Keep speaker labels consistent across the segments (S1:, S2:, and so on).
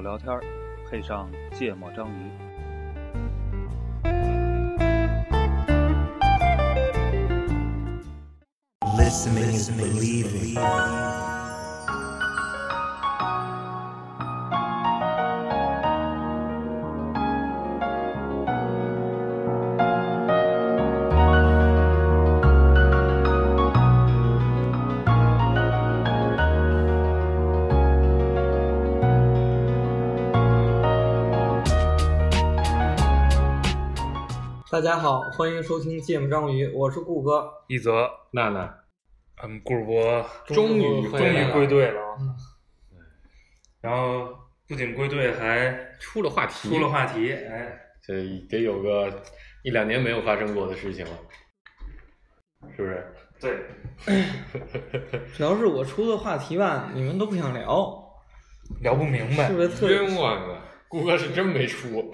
S1: 聊天，配上芥末章鱼。
S2: Listening is believing.
S3: 大家好，欢迎收听《芥末章鱼》，我是顾哥。
S4: 一则，
S5: 娜娜，
S4: 嗯，顾主播
S3: 终于
S4: 终
S3: 回来
S4: 于
S3: 了
S4: 归队了啊，
S3: 嗯
S4: 然后不仅归队，还
S5: 出了话题，
S4: 出了，话题，哎，
S5: 这得有个一两年没有发生过的事情了，是不是？
S4: 对，
S3: 主要是我出的话题吧，你们都不想聊，
S4: 聊不明白
S3: 是不，是特
S5: 冤
S3: 别？
S5: 枉啊！顾哥是真没出，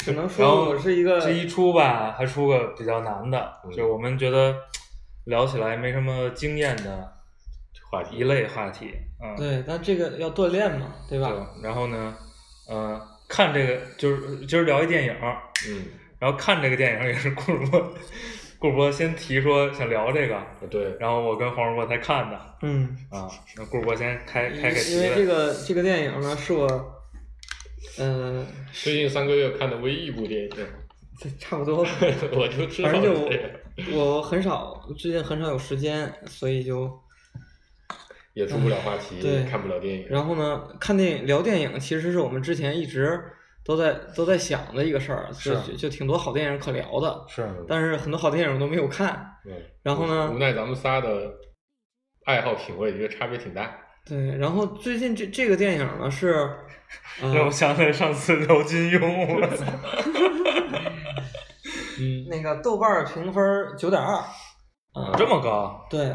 S3: 只能
S4: 然后
S3: 说我是一个
S4: 这一出吧，还出个比较难的，
S5: 嗯
S4: 就是我们觉得聊起来没什么经验的
S5: 话
S4: 一
S5: 题
S4: 类话题，嗯，
S3: 对，但这个要锻炼嘛，对吧？
S4: 对，然后呢，呃，看这个就是今儿聊一电影，
S5: 嗯，
S4: 然后看这个电影也是顾主播，顾主播先提说想聊这个，
S5: 哦对，
S4: 然后我跟黄主播才看的。
S3: 嗯，
S4: 啊，那顾博先开
S3: 因
S4: 开
S3: 为
S4: 个题
S3: 因为这
S4: 了，
S3: 个这个电影呢，是我，嗯、
S5: 最近三个月看的唯一一部电影，
S3: 这差不 多吧，
S5: 我就知道
S3: 反正
S5: 是
S3: 就
S5: 这个，
S3: 我我很少，最近很少有时间，所以就，
S5: 也出不了话题，
S3: 对
S5: 看不了电影，
S3: 然后呢，看电影聊电影，其实是我们之前一直都在都在想的一个事儿，
S4: 是
S3: 就就挺多好电影可聊的，
S5: 啊
S4: 是
S3: 但是很多好电影我都没有看。
S5: 嗯，
S3: 然后呢
S5: 无奈咱们仨的爱好品味，觉得差别挺大，
S3: 对，然后最近这这个电影呢是，
S4: 让
S3: 呃
S4: 我，想起来上次聊金庸，我操，
S5: 嗯，
S3: 那个豆瓣评分九点二，啊，
S4: 这么高，
S3: 对，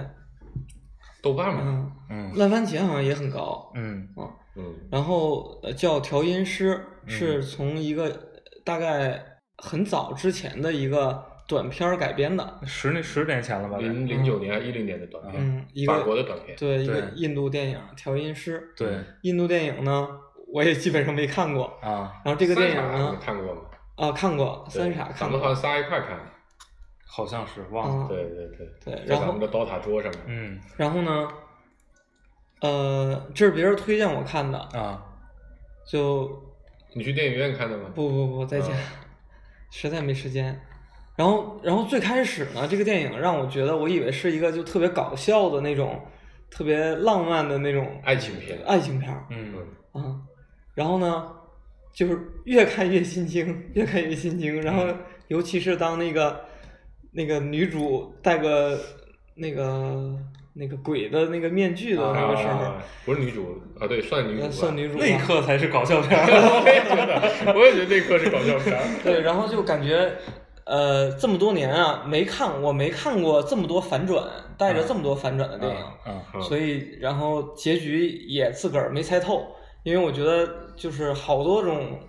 S5: 豆瓣嘛，
S3: 嗯，
S4: 嗯
S3: 烂番茄好像也很高，啊
S4: 嗯
S5: 嗯，
S3: 然后呃叫调音师，是从一个大概很早之前的一个短片儿改编的，
S4: 嗯十年十年前了吧？
S5: 嗯零零九年还一零年的短片，
S3: 嗯，一
S5: 法国
S3: 个
S5: 的短片，
S3: 对一个
S4: 对
S3: 印度电影《调音师》，嗯
S4: 对
S3: 印度电影呢我也基本上没看过，
S4: 啊，
S3: 然后这个电影
S5: 三傻你
S3: 呢
S5: 们看过吗？
S3: 啊看过
S5: 对
S3: 三傻看
S5: 咱们好
S3: 过
S5: 像，仨一块儿看的。
S4: 好像是忘
S3: 嗯
S4: 了，
S5: 对对对，
S3: 对，
S5: 在
S3: 然
S5: 咱
S3: 后
S5: 们的刀塔桌上面，
S4: 啊嗯
S3: 然后呢，呃，这是别人推荐我看的，
S4: 啊，
S3: 就
S5: 你去电影院看的吗？
S3: 不不不在家
S5: 啊，
S3: 实在没时间。然后，然后最开始呢，这个电影让我觉得，我以为是一个就特别搞笑的那种，特别浪漫的那种
S5: 爱情片，
S4: 啊
S3: 爱情片儿
S4: 嗯
S3: 啊、然后呢，就是越看越心惊，越看越心惊。然后，
S5: 嗯
S3: 尤其是当那个那个女主戴个那个那个鬼的那个面具的那个时候，
S5: 啊不是女主啊，对，算女主
S3: 那
S5: 吧，
S3: 算女主吧
S4: 那一刻才是搞笑片儿，
S5: 我也 觉得，我也觉得那颗是搞笑 片儿。
S3: 对，然后就感觉，呃，这么多年啊，没看我没看过这么多反转，带着这么多反转的电影，
S4: 嗯
S5: 嗯
S3: 所以然后结局也自个儿没猜透，因为我觉得就是好多种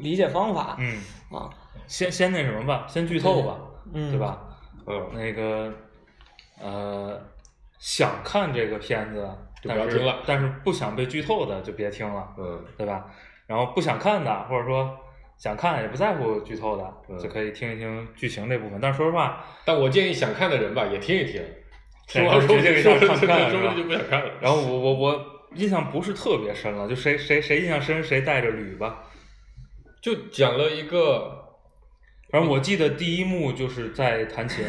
S3: 理解方法、
S4: 嗯，
S3: 啊，
S4: 先先那什么吧，先剧透吧，
S3: 嗯，
S4: 对？吧？
S5: 嗯，
S4: 那个呃，想看这个片子，
S5: 就不要
S4: 但
S5: 听
S4: 是
S5: 了
S4: 但是不想被剧透的就别听了，
S5: 嗯，
S4: 对吧？然后不想看的，或者说想看也不在乎剧透的，
S5: 嗯
S4: 就可以听一听剧情这部分。但是说实话，
S5: 但我建议想看的人吧，也听一听，听
S4: 对
S5: 完
S4: 就
S5: 说
S4: 决
S5: 不
S4: 定
S5: 定
S4: 一
S5: 说
S4: 下
S5: 不
S4: 看不看
S5: 定说
S4: 是吧
S5: 不定就不想看了。
S4: 然后我我我印象不是特别深了，就谁谁谁印象深谁带着捋吧。
S5: 就讲了一个，
S4: 反正我记得第一幕就是在弹琴，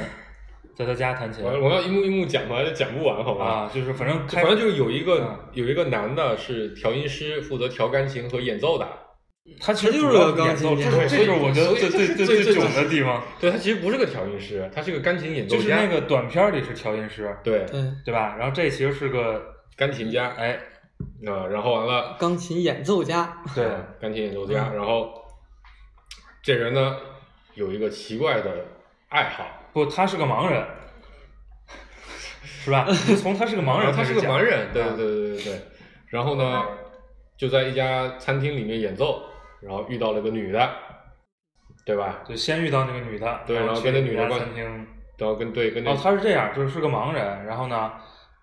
S4: 在他家弹琴
S5: 我我要一幕一幕讲吧，就讲不完，好吧？
S4: 啊，就是反正
S5: 就
S4: 开
S5: 反正就是有一个、
S4: 嗯
S5: 有一个男的是调音师，负责调钢琴和演奏的。
S4: 他其实
S3: 他就是
S4: 主要
S3: 个钢
S4: 演奏
S3: 琴
S4: 这
S3: 家
S4: 是这
S5: 对
S4: 就是我觉得
S5: 所以
S4: 最
S5: 所以
S4: 最
S5: 这是
S4: 最
S5: 最
S4: 囧的地方，
S5: 对他其实不是个调音师，他是个钢琴演奏
S4: 就是
S5: 家。
S4: 那个短片里是调音师，
S5: 对
S3: 对，
S4: 对吧？然后这其实是个
S5: 钢琴家，哎，啊、然后完了，
S3: 钢琴演奏家，
S4: 对
S5: 钢琴演奏
S4: 嗯
S5: 家，然后这人呢有一个奇怪的爱好，
S4: 不，他是个盲人，是吧？就从他是个盲人
S5: 然后哦他
S4: 开始
S5: 是
S4: 讲，
S5: 个盲人，对
S4: 啊
S5: 对对对对，然后呢就在一家餐厅里面演奏，然后遇到了个女的，对吧？
S4: 就先遇到那个女的，
S5: 对然后
S4: 去
S5: 跟那女
S4: 一
S5: 的
S4: 家
S5: 关
S4: 餐厅。
S5: 然后跟对跟那、
S4: 哦，他是这样，就是是个盲人，然后呢，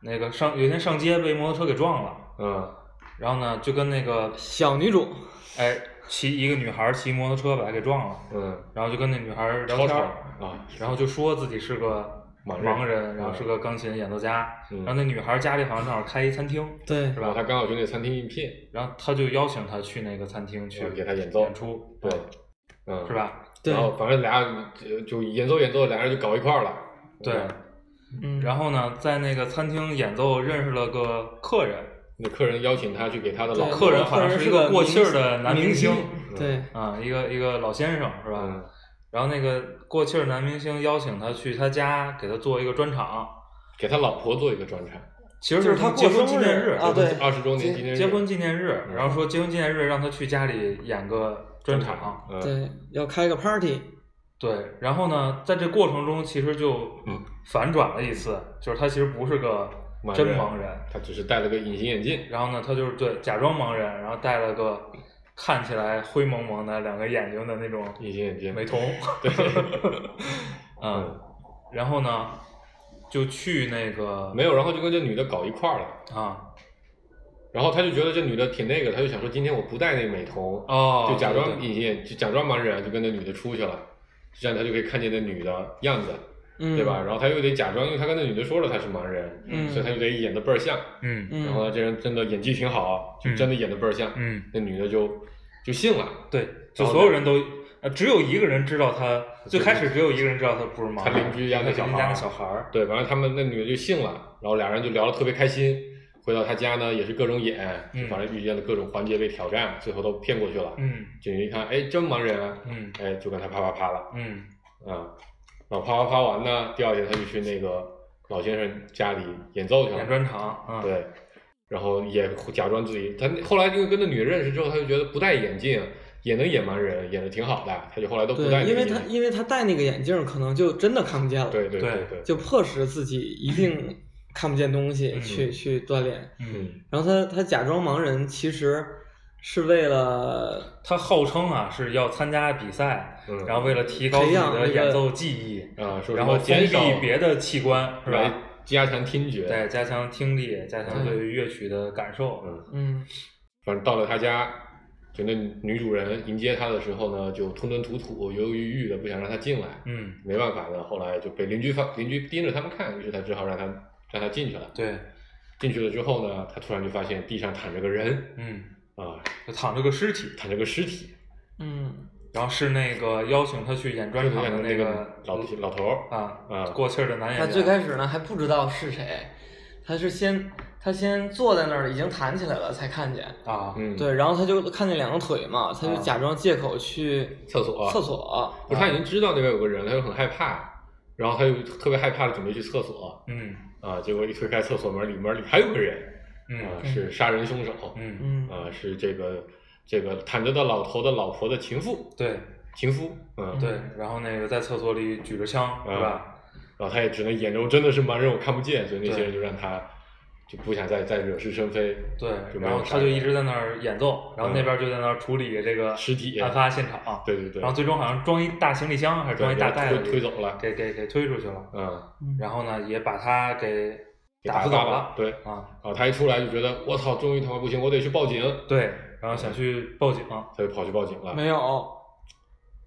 S4: 那个上有一天上街被摩托车给撞了，
S5: 嗯，
S4: 然后呢，就跟那个
S3: 小女主，
S4: 哎骑一个女孩骑摩托车把她给撞了，
S5: 嗯，
S4: 然后就跟那女孩聊
S5: 吵
S4: 天，
S5: 吵啊，
S4: 然后就说自己是个
S5: 盲
S4: 盲
S5: 人啊
S4: 人，然后是个钢琴演奏家，
S5: 嗯
S4: 然后那女孩家里好像正好开一餐厅，
S3: 对
S4: 是
S5: 然后
S4: 吧？
S5: 他刚好去那餐厅应聘，
S4: 然后他就邀请她去那个餐厅去
S5: 呃给她演奏
S4: 演出，
S5: 对，嗯，
S4: 是？吧？
S3: 对
S5: 然，后反正俩就就演奏演奏，俩人就搞一块儿了，
S4: 对。
S3: 嗯，
S4: 然后呢，在那个餐厅演奏认识了个客人，
S5: 那客人邀请他去给他的
S3: 对
S5: 老
S4: 客人好像
S3: 客人
S4: 是
S3: 是
S4: 一个过
S3: 明
S4: 气儿的男
S3: 明
S4: 明星
S3: 对，
S4: 啊，一个一个老先生是吧？
S5: 嗯
S4: 然后那个过气儿男明星邀请他去他家给他做一个专场，
S5: 给他老婆做一个专场，
S4: 其实
S3: 就是
S4: 是
S3: 他
S4: 结
S3: 过生
S4: 婚纪念
S3: 日
S4: 日
S3: 啊对
S5: 二十周年纪念日，
S4: 结婚纪念日，
S5: 嗯
S4: 然后说结婚纪念日让他去家里演个专场，，
S5: 嗯，
S3: 对，要开个 party，
S4: 对。然后呢，在这过程中其实就
S5: 嗯
S4: 反转了一次，就是他其实不是个
S5: 盲
S4: 真
S5: 人
S4: 盲人，
S5: 他只是戴了个隐形眼镜，
S4: 然后呢，他就是对假装盲人，然后戴了个看起来灰蒙蒙的两个眼睛的那种
S5: 隐形眼镜，
S4: 美瞳，
S5: 对，
S4: 嗯，然后呢，就去那个
S5: 没有，然后就跟这女的搞一块儿了，
S4: 啊
S5: 然后他就觉得这女的挺那个，他就想说今天我不戴那美瞳，
S4: 哦，
S5: 就假
S4: 对
S5: 装
S4: 对
S5: 隐形眼，就假装盲人，就跟那女的出去了，这样他就可以看见那女的样子，
S3: 嗯，
S5: 对吧？？然后他又得假装，因为他跟那女的说了他是盲人，
S3: 嗯
S5: 所以他就得演的倍儿像。
S4: 嗯
S3: 嗯，
S5: 然后呢，这人真的演技挺好，啊就
S4: 嗯
S5: 真的演的倍儿像，
S4: 嗯，
S5: 那女的就就信了，
S4: 对，就
S5: 然后
S4: 所有
S5: 呢
S4: 人都呃，只有一个人知道他，最开始只有一个人知道他不是盲
S5: 他
S4: 人，
S5: 邻居家那
S4: 他
S5: 小
S4: 邻居
S5: 孩
S4: 家
S5: 儿
S4: 那小孩儿，
S5: 对，完了他们那女的就信了，然后俩人就聊得特别开心。回到他家呢，也是各种演，
S4: 嗯
S5: 反正遇见了各种环节被挑战，最后都骗过去了。
S4: 嗯
S5: 警局一看，哎，真盲人啊，
S4: 嗯
S5: 哎，就跟他啪啪啪了，
S4: 嗯
S5: 啊、然后啪啪啪完呢，第二天他就去那个老先生家里演奏去了，
S4: 演专场，嗯，
S5: 对，然后也假装自己，他后来就跟那女人认识之后，他就觉得不戴眼镜也能演盲人，演的挺好的，他就后来都不戴
S3: 对，因
S5: 那个
S3: 为
S5: 眼
S3: 他
S5: 镜，
S3: 因为他戴那个眼镜，可能就真的看不见了，
S5: 对对
S4: 对
S5: 对，
S3: 就迫使自己一定看不见东西
S4: 嗯
S3: 去去锻炼。
S4: 嗯，
S5: 嗯，
S3: 然后他他假装盲人，其实是为了
S4: 他号称啊是要参加比赛，
S5: 嗯
S4: 然后为了提高自己
S3: 培养那
S4: 的
S3: 个
S4: 演奏技艺，
S5: 啊、说什
S4: 嗯然后
S5: 么
S4: 封
S5: 减少
S4: 闭别的器官是
S5: 来
S4: 吧？
S5: 加强听觉，
S4: 对，加强听力，加强
S3: 对
S4: 对于乐曲的感受，
S5: 嗯
S3: 嗯
S5: 反正到了他家，就那女主人迎接他的时候呢，就吞吞吐吐、犹犹豫豫的，不想让他进来。
S4: 嗯，
S5: 没办法呢，后来就被邻居发邻居盯着他们看，于是他只好让他让他进去了。
S4: 对，
S5: 进去了之后呢，他突然就发现地上躺着个人
S4: 嗯，
S5: 啊、
S4: 就躺着个尸体，
S5: 躺着个尸体，
S3: 嗯，
S4: 然后是那个邀请他去演专
S5: 就
S4: 场
S5: 是
S4: 的
S5: 那
S4: 个
S5: 老老头儿
S4: 啊
S5: 啊
S4: 过气儿的男演
S3: 他
S4: 员。
S3: 最开始呢还不知道是谁，他是先他先坐在那儿已经弹起来了才看见，
S4: 啊，
S5: 嗯，，
S3: 对，然后他就看见两个腿嘛，他就
S4: 啊
S3: 假装借口去
S5: 厕所
S3: 厕所，
S5: 不是他已经知道那边有个人了，他就很害怕，然后他就特别害怕的准备去厕所
S4: 嗯
S5: 啊，结果一推开厕所门，里面里还有个人啊，
S4: 嗯
S5: 是杀人凶手，
S4: 嗯，
S3: 嗯
S5: 啊，是这个这个躺着的老头的老婆的情妇，
S4: 对
S5: 情夫，嗯，
S4: 对，然后那个在厕所里举着枪
S5: 嗯
S4: 是吧？
S5: 然后他也只能眼中真的是盲人，我看不见，所以那些
S4: 对
S5: 人就让他就不想再再惹是生非，
S4: 对
S5: 就，没
S4: 然
S5: 有
S4: 后
S5: 杀
S4: 他就
S5: 人
S4: 一直在那儿演奏，然后那边就在那儿处理这个
S5: 尸体
S4: 案发现场，
S5: 对对对，
S4: 然后最终好像装一大行李箱还是装一
S5: 对
S4: 大
S5: 然后
S4: 袋子
S5: 推推走了
S4: 给给给推出去了，
S5: 嗯，
S3: 嗯
S4: 然后呢也把他给
S5: 给
S4: 打
S5: 打
S4: 发
S5: 发
S4: 走了
S5: 对，
S4: 啊，
S5: 啊，他一出来就觉得我操，终于他妈不行，我得去报警，
S4: 对，然后想去报警，
S5: 他就跑去报警了，
S3: 没有，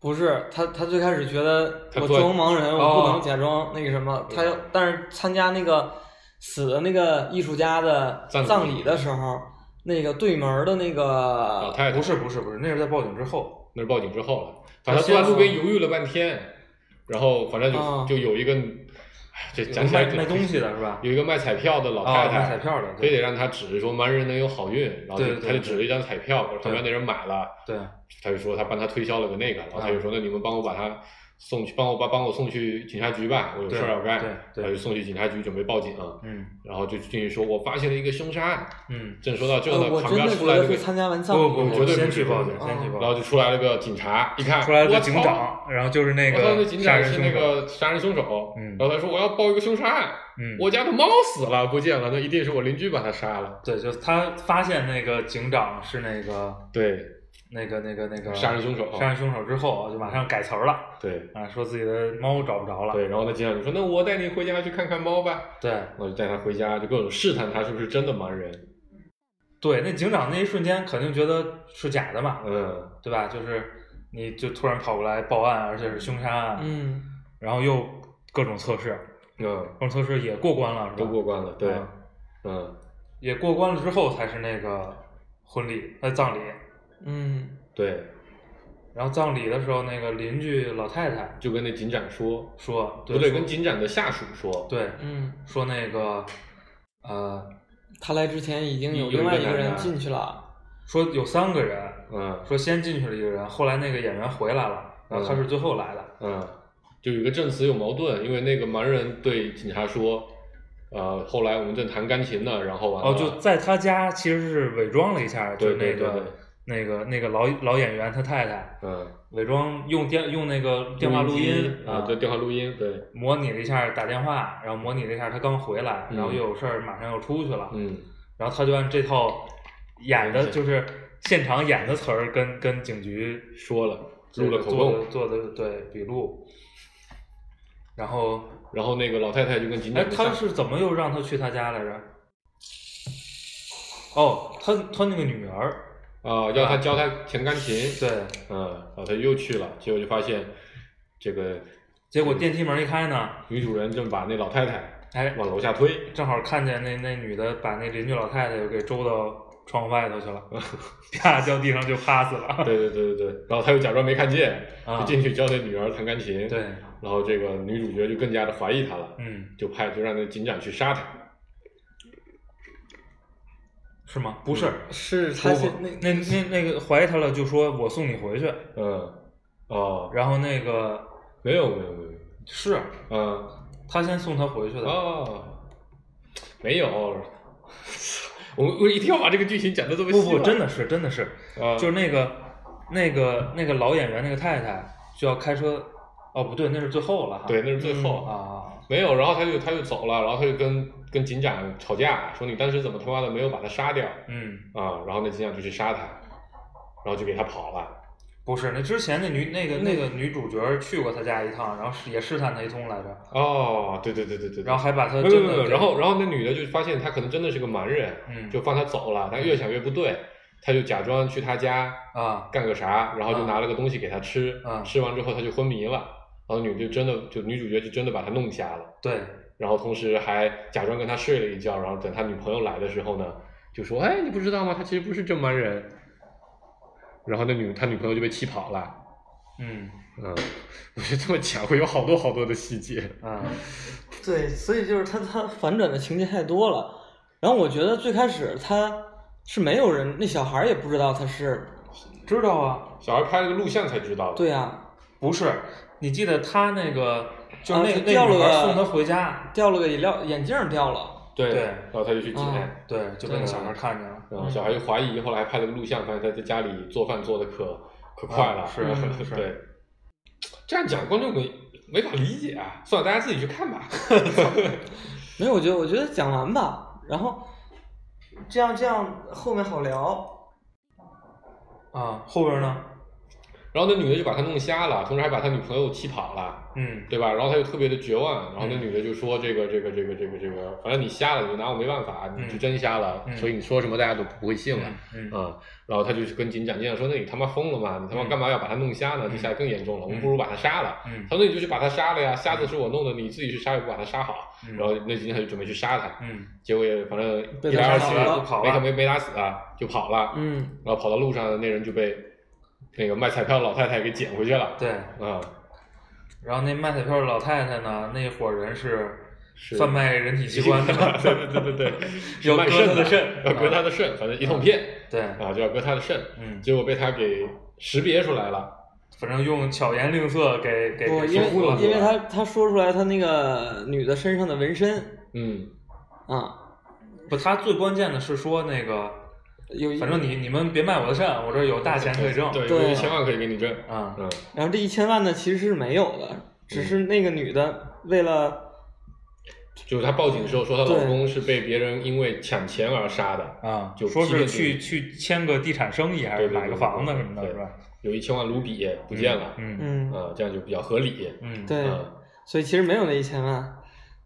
S3: 不是他，他最开始觉得
S5: 他
S3: 我
S5: 做
S3: 装盲人，我不
S4: 哦
S3: 能假装那个什么，他要
S5: 嗯
S3: 但是参加那个死的那个艺术家的
S5: 葬礼
S3: 葬礼的时候，那个对门儿的那
S5: 老
S3: 个，
S5: 太太
S4: 不是不是不是，那是在报警之后，
S5: 那是报警之后了，
S3: 他
S5: 反正他坐在
S3: 先
S5: 路边犹豫了半天，然后反正就、
S3: 啊
S5: 就有一个，哎这讲起来
S4: 嗯卖卖东西的是吧？
S5: 有一个卖彩票的老太
S4: 啊
S5: 太，
S4: 卖彩票的，
S5: 非
S4: 对
S5: 得让他指说盲人能有好运，然后
S4: 对
S5: 就
S4: 对
S5: 他就指了一张彩票，旁边那人买了，
S4: 对，
S5: 他就说他帮他推销了个那个，然后
S4: 啊
S5: 他就说那你们帮我把他送去，帮我把帮我送去警察局吧，我有事儿要干，
S4: 对对对
S5: 他就送去警察局准备报警，
S4: 嗯
S5: 然后就进去说我发现了一个凶杀案，
S4: 嗯。
S5: 正说到这
S3: 呃，
S5: 呢，
S3: 我
S5: 旁
S3: 真
S5: 边
S3: 的
S5: 出
S3: 觉
S5: 来
S3: 得
S5: 了
S3: 是
S5: 个，
S3: 参加完葬
S4: 不
S3: 礼，
S4: 不
S5: 我
S4: 不，
S5: 绝对
S4: 先
S5: 不
S4: 去
S5: 是
S4: 报
S5: 这
S4: 警，
S5: 样
S4: 先去报
S5: 然后
S4: 警。
S5: 就出来了个警察，一看
S4: 出来
S5: 我
S4: 的
S5: 操
S4: 警，长，然后就是那
S5: 我操那
S4: 个
S5: 警
S4: 杀
S5: 长
S4: 人
S5: 是
S4: 凶
S5: 那
S4: 手。
S5: 个杀人凶手，
S4: 嗯
S5: 然后他说我要报一个凶杀案，
S4: 嗯，
S5: 我家的猫死了不见了，那一定是我邻居把他杀了，
S4: 对，就是他发现那个警长是那个
S5: 对
S4: 那个那个那个
S5: 杀人凶手
S4: 啊杀人凶手之后，就马上改词儿了
S5: 对。
S4: 啊，说自己的猫找不着了。
S5: 对，然后那警长就说：“那我带你回家去看看猫吧。
S4: 对”
S5: 我就带他回家，就各种试探他是不是真的盲人。
S4: 对，那警长那一瞬间肯定觉得是假的嘛，
S5: 嗯
S4: 对吧？就是你就突然跑过来报案，而且是凶杀案，
S3: 嗯，
S4: 然后又各种测试，
S5: 嗯，
S4: 各种测试也过关了，是吧？
S5: 都过关了，对，
S4: 嗯
S5: 嗯
S4: 也过关了之后才是那个婚礼，呃，葬礼。
S3: 嗯，
S5: 对，
S4: 然后葬礼的时候，那个邻居老太太
S5: 就跟那警长说，
S4: 说，对
S5: 不对，
S4: 说
S5: 跟警长的下属说，，
S4: 对
S3: 嗯，
S4: 说那个呃，
S3: 他来之前已经有
S5: 有一个
S3: 另外一个
S5: 男
S3: 人
S5: 的
S3: 进去了，
S4: 说有三个人，
S5: 嗯
S4: 说先进去了一个人，后来那个演员回来了，然后他是最后来的，
S5: 嗯，就有一个证词有矛盾，因为那个盲人对警察说，呃，后来我们正弹钢琴呢，然后完了，
S4: 哦，就在他家其实是伪装了一下，就
S5: 对
S4: 是那
S5: 对对
S4: 个
S5: 对，
S4: 那个那个老老演员他太太
S5: 嗯，
S4: 伪装用电用那个电话录音
S5: 啊，对，电话录音，对，
S4: 模拟了一下打电话，然后模拟了一下他刚回来，
S5: 嗯
S4: 然后又有事儿马上要出去了，
S5: 嗯，
S4: 然后他就按这套演
S5: 嗯
S4: 的
S5: 是
S4: 就是现场演的词儿跟跟警局
S5: 说了，
S4: 这
S5: 录
S4: 个
S5: 了口
S4: 做的
S5: 供，
S4: 做的对笔录，然后
S5: 然后那个老太太就跟警
S4: 哎，
S5: 长的
S4: 他
S5: 下属，
S4: 是怎么又让他去他家来着？哦，他他那个女儿，
S5: 啊，要他教他弹 钢琴，
S4: 对，
S5: 嗯，然后他又去了，结果就发现这个
S4: 结果电梯门一开呢，
S5: 女主人正把那老太太
S4: 哎，
S5: 往楼下推，
S4: 正好看见那那女的把那邻居老太太又给周到窗户外头去了，啪掉地上就趴死了。
S5: 对对对对对，然后他又假装没看见，
S4: 啊
S5: 就进去教那女儿弹钢琴，
S4: 对，
S5: 然后这个女主角就更加的怀疑他了，
S4: 嗯，
S5: 就派就让那警长去杀他，
S4: 是吗？不是，
S3: 是他
S4: 说
S3: 是
S4: 过
S3: 那
S4: 那那那个怀疑他了，就说我送你回去。
S5: 嗯，哦，
S4: 然后那个
S5: 没有没有没有，
S4: 是
S5: 嗯，
S4: 他先送他回去的，
S5: 哦，没有，我们我一定要把这个剧情讲的这么
S4: 不
S5: 细
S4: 不，真
S5: 的，
S4: 的是真的是，
S5: 啊，
S4: 就是那个那个那个老演员那个太太就要开车，哦不对，那是最后了哈。
S5: 对，那是最后啊。
S4: 啊，
S5: 没有，然后他就他就走了，然后他就跟跟警长吵架，说你当时怎么他妈的没有把他杀掉
S4: 嗯，
S5: 啊？然后那警长就去杀他，然后就给他跑了。
S4: 不是，那之前那女那个那个女主角去过他家一趟，然后是也试探他一通来着，
S5: 哦，对对对对对，对
S4: 然后还把他
S5: 没有没
S4: 真
S5: 有没
S4: 的
S5: 有，
S4: 给
S5: 然后然后那女的就发现他可能真的是个盲人，
S4: 嗯
S5: 就放他走了，但越想越不对，他就假装去他家
S4: 啊
S5: 干个啥，然后就拿了个东西给他吃，
S4: 啊
S5: 吃完之后他就昏迷了，然后女的就真的就女主角就真的把他弄瞎了。
S4: 对，
S5: 然后同时还假装跟他睡了一觉，然后等他女朋友来的时候呢，就说：“哎，你不知道吗？他其实不是正蛮人。”然后那女他女朋友就被气跑了。
S4: 嗯
S5: 嗯，我觉得这么讲会有好多好多的细节。
S4: 啊
S3: 对，所以就是他他反转的情节太多了。然后我觉得最开始他是没有人，那小孩儿也不知道他是，
S4: 知道啊，
S5: 小孩拍了个录像才知道的。
S3: 对啊呀、
S4: 不是，你记得他那个就是
S3: 啊
S4: 那
S3: 他
S4: 那
S3: 掉
S4: 女
S3: 了
S4: 孩
S3: 个
S4: 送他回家，
S3: 掉了个饮料眼镜儿掉了，
S5: 对
S4: 对
S5: 然后他就去捡，
S3: 啊
S4: 对，就被那小孩看见了，
S5: 然后小孩就怀疑，后来拍了个录像，发现他在家里做饭做的可可快了。
S4: 啊是
S5: 嗯
S4: 是
S5: 对。这样讲观众没没法理解啊，算了，大家自己去看吧。
S3: 没有，我觉得我觉得讲完吧，然后这样这样后面好聊，
S4: 啊，后边呢，
S5: 然后那女的就把他弄瞎了，同时还把他女朋友气跑了。
S4: 嗯
S5: 对吧？然后他就特别的绝望，然后那
S4: 嗯
S5: 女的就说这个这个这个这个这个，反正你瞎了，你就拿我没办法，你
S4: 嗯
S5: 就真瞎了，
S4: 嗯
S5: 所以你说什么大家都不会信了。
S4: 嗯嗯
S5: 啊、然后他就去跟警长警长说：“那你他妈疯了吗？你他妈
S4: 嗯
S5: 干嘛要把他弄瞎呢？这下更严重了，我们不如把他杀了。
S4: 嗯
S5: 他说：“那你就去把他杀了呀，瞎子是我弄的，你自己去杀也不把他杀好。
S4: 嗯
S5: 然后那警察就准备去杀他，
S4: 嗯
S5: 结果也反正
S3: 被
S5: 一来
S3: 他
S5: 二
S3: 杀
S5: 去
S3: 了
S4: 就跑
S5: 没
S4: 了
S5: 没没打死啊，就跑了。
S3: 嗯，
S5: 然后跑到路上，那人就被那个卖彩票老太太给捡回去了。
S4: 对，
S5: 啊、
S4: 然后那卖彩票的老太太呢，那伙人是
S5: 是，
S4: 贩卖人体器官的
S5: 对对对对对，
S4: 有
S5: 卖
S4: 割他的
S5: 肾
S4: 肾，
S5: 要割他的肾，反正一通骗
S4: 对，
S5: 啊，就要割他的肾，
S4: 嗯，
S5: 结果被他给识别出来了。
S4: 反正用巧言令色给给
S3: 不，
S4: 给
S3: 因
S4: 说
S3: 为
S4: 服了，
S3: 因为他他说出来他那个女的身上的纹身
S5: 嗯，
S3: 啊，
S4: 不，他最关键的是说那个，
S3: 有一
S4: 反正你你们别卖我的肾，我这儿有大钱可以挣，
S5: 对，
S3: 对
S5: 有一千万可以给你挣。
S4: 啊，
S5: 嗯，
S3: 然后这一千万呢，其实是没有的，只是那个女的为了
S5: 就是她报警的时候说她老
S3: 对
S5: 公是被别人因为抢钱而杀的，
S4: 啊，
S5: 就
S4: 说
S5: 批
S4: 是
S5: 评
S4: 去去签个地产生意，还是
S5: 对对对
S4: 买个房子什么的，
S5: 对
S4: 是吧？
S5: 有一千万卢比不见了。
S4: 嗯
S3: 嗯
S5: 啊，这样就比较合理。
S4: 嗯，
S3: 对，
S5: 嗯
S3: 所以其实没有那一千万，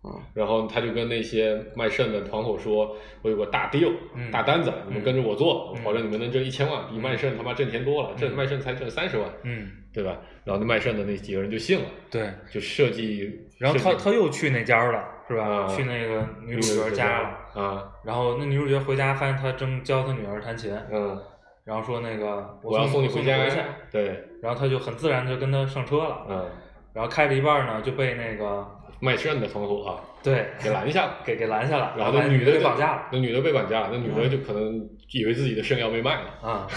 S3: 嗯
S5: 然后他就跟那些卖肾的团伙说：“我有个大 deal，、
S4: 嗯
S5: 大单子，你们跟着我做，
S4: 嗯
S5: 我保证你们能挣一千万，比卖肾他妈挣钱多了，挣
S4: 嗯
S5: 卖肾才挣三十万，
S4: 嗯，
S5: 对吧？”然后那卖肾的那几个人就信了，
S4: 对。
S5: 就设计，
S4: 然后他
S5: 设计
S4: 他又去那家了，是吧？
S5: 啊
S4: 去那个女主角家了。
S5: 啊，
S4: 然后那女主角回家发现他正教他女儿弹琴，
S5: 嗯，
S4: 然后说那个
S5: 我要送
S4: 你
S5: 你
S4: 回
S5: 回家
S4: 去，
S5: 对，
S4: 然后他就很自然地就跟他上车了，
S5: 嗯，
S4: 然后开了一半呢就被那个
S5: 卖肾的团伙啊
S4: 对
S5: 给拦下 了。
S4: 给给拦下了，
S5: 然后
S4: 把
S5: 那女的
S4: 给绑架了，嗯
S5: 那女的被绑架了，那女的就可能以为自己的肾要被卖了，
S4: 啊，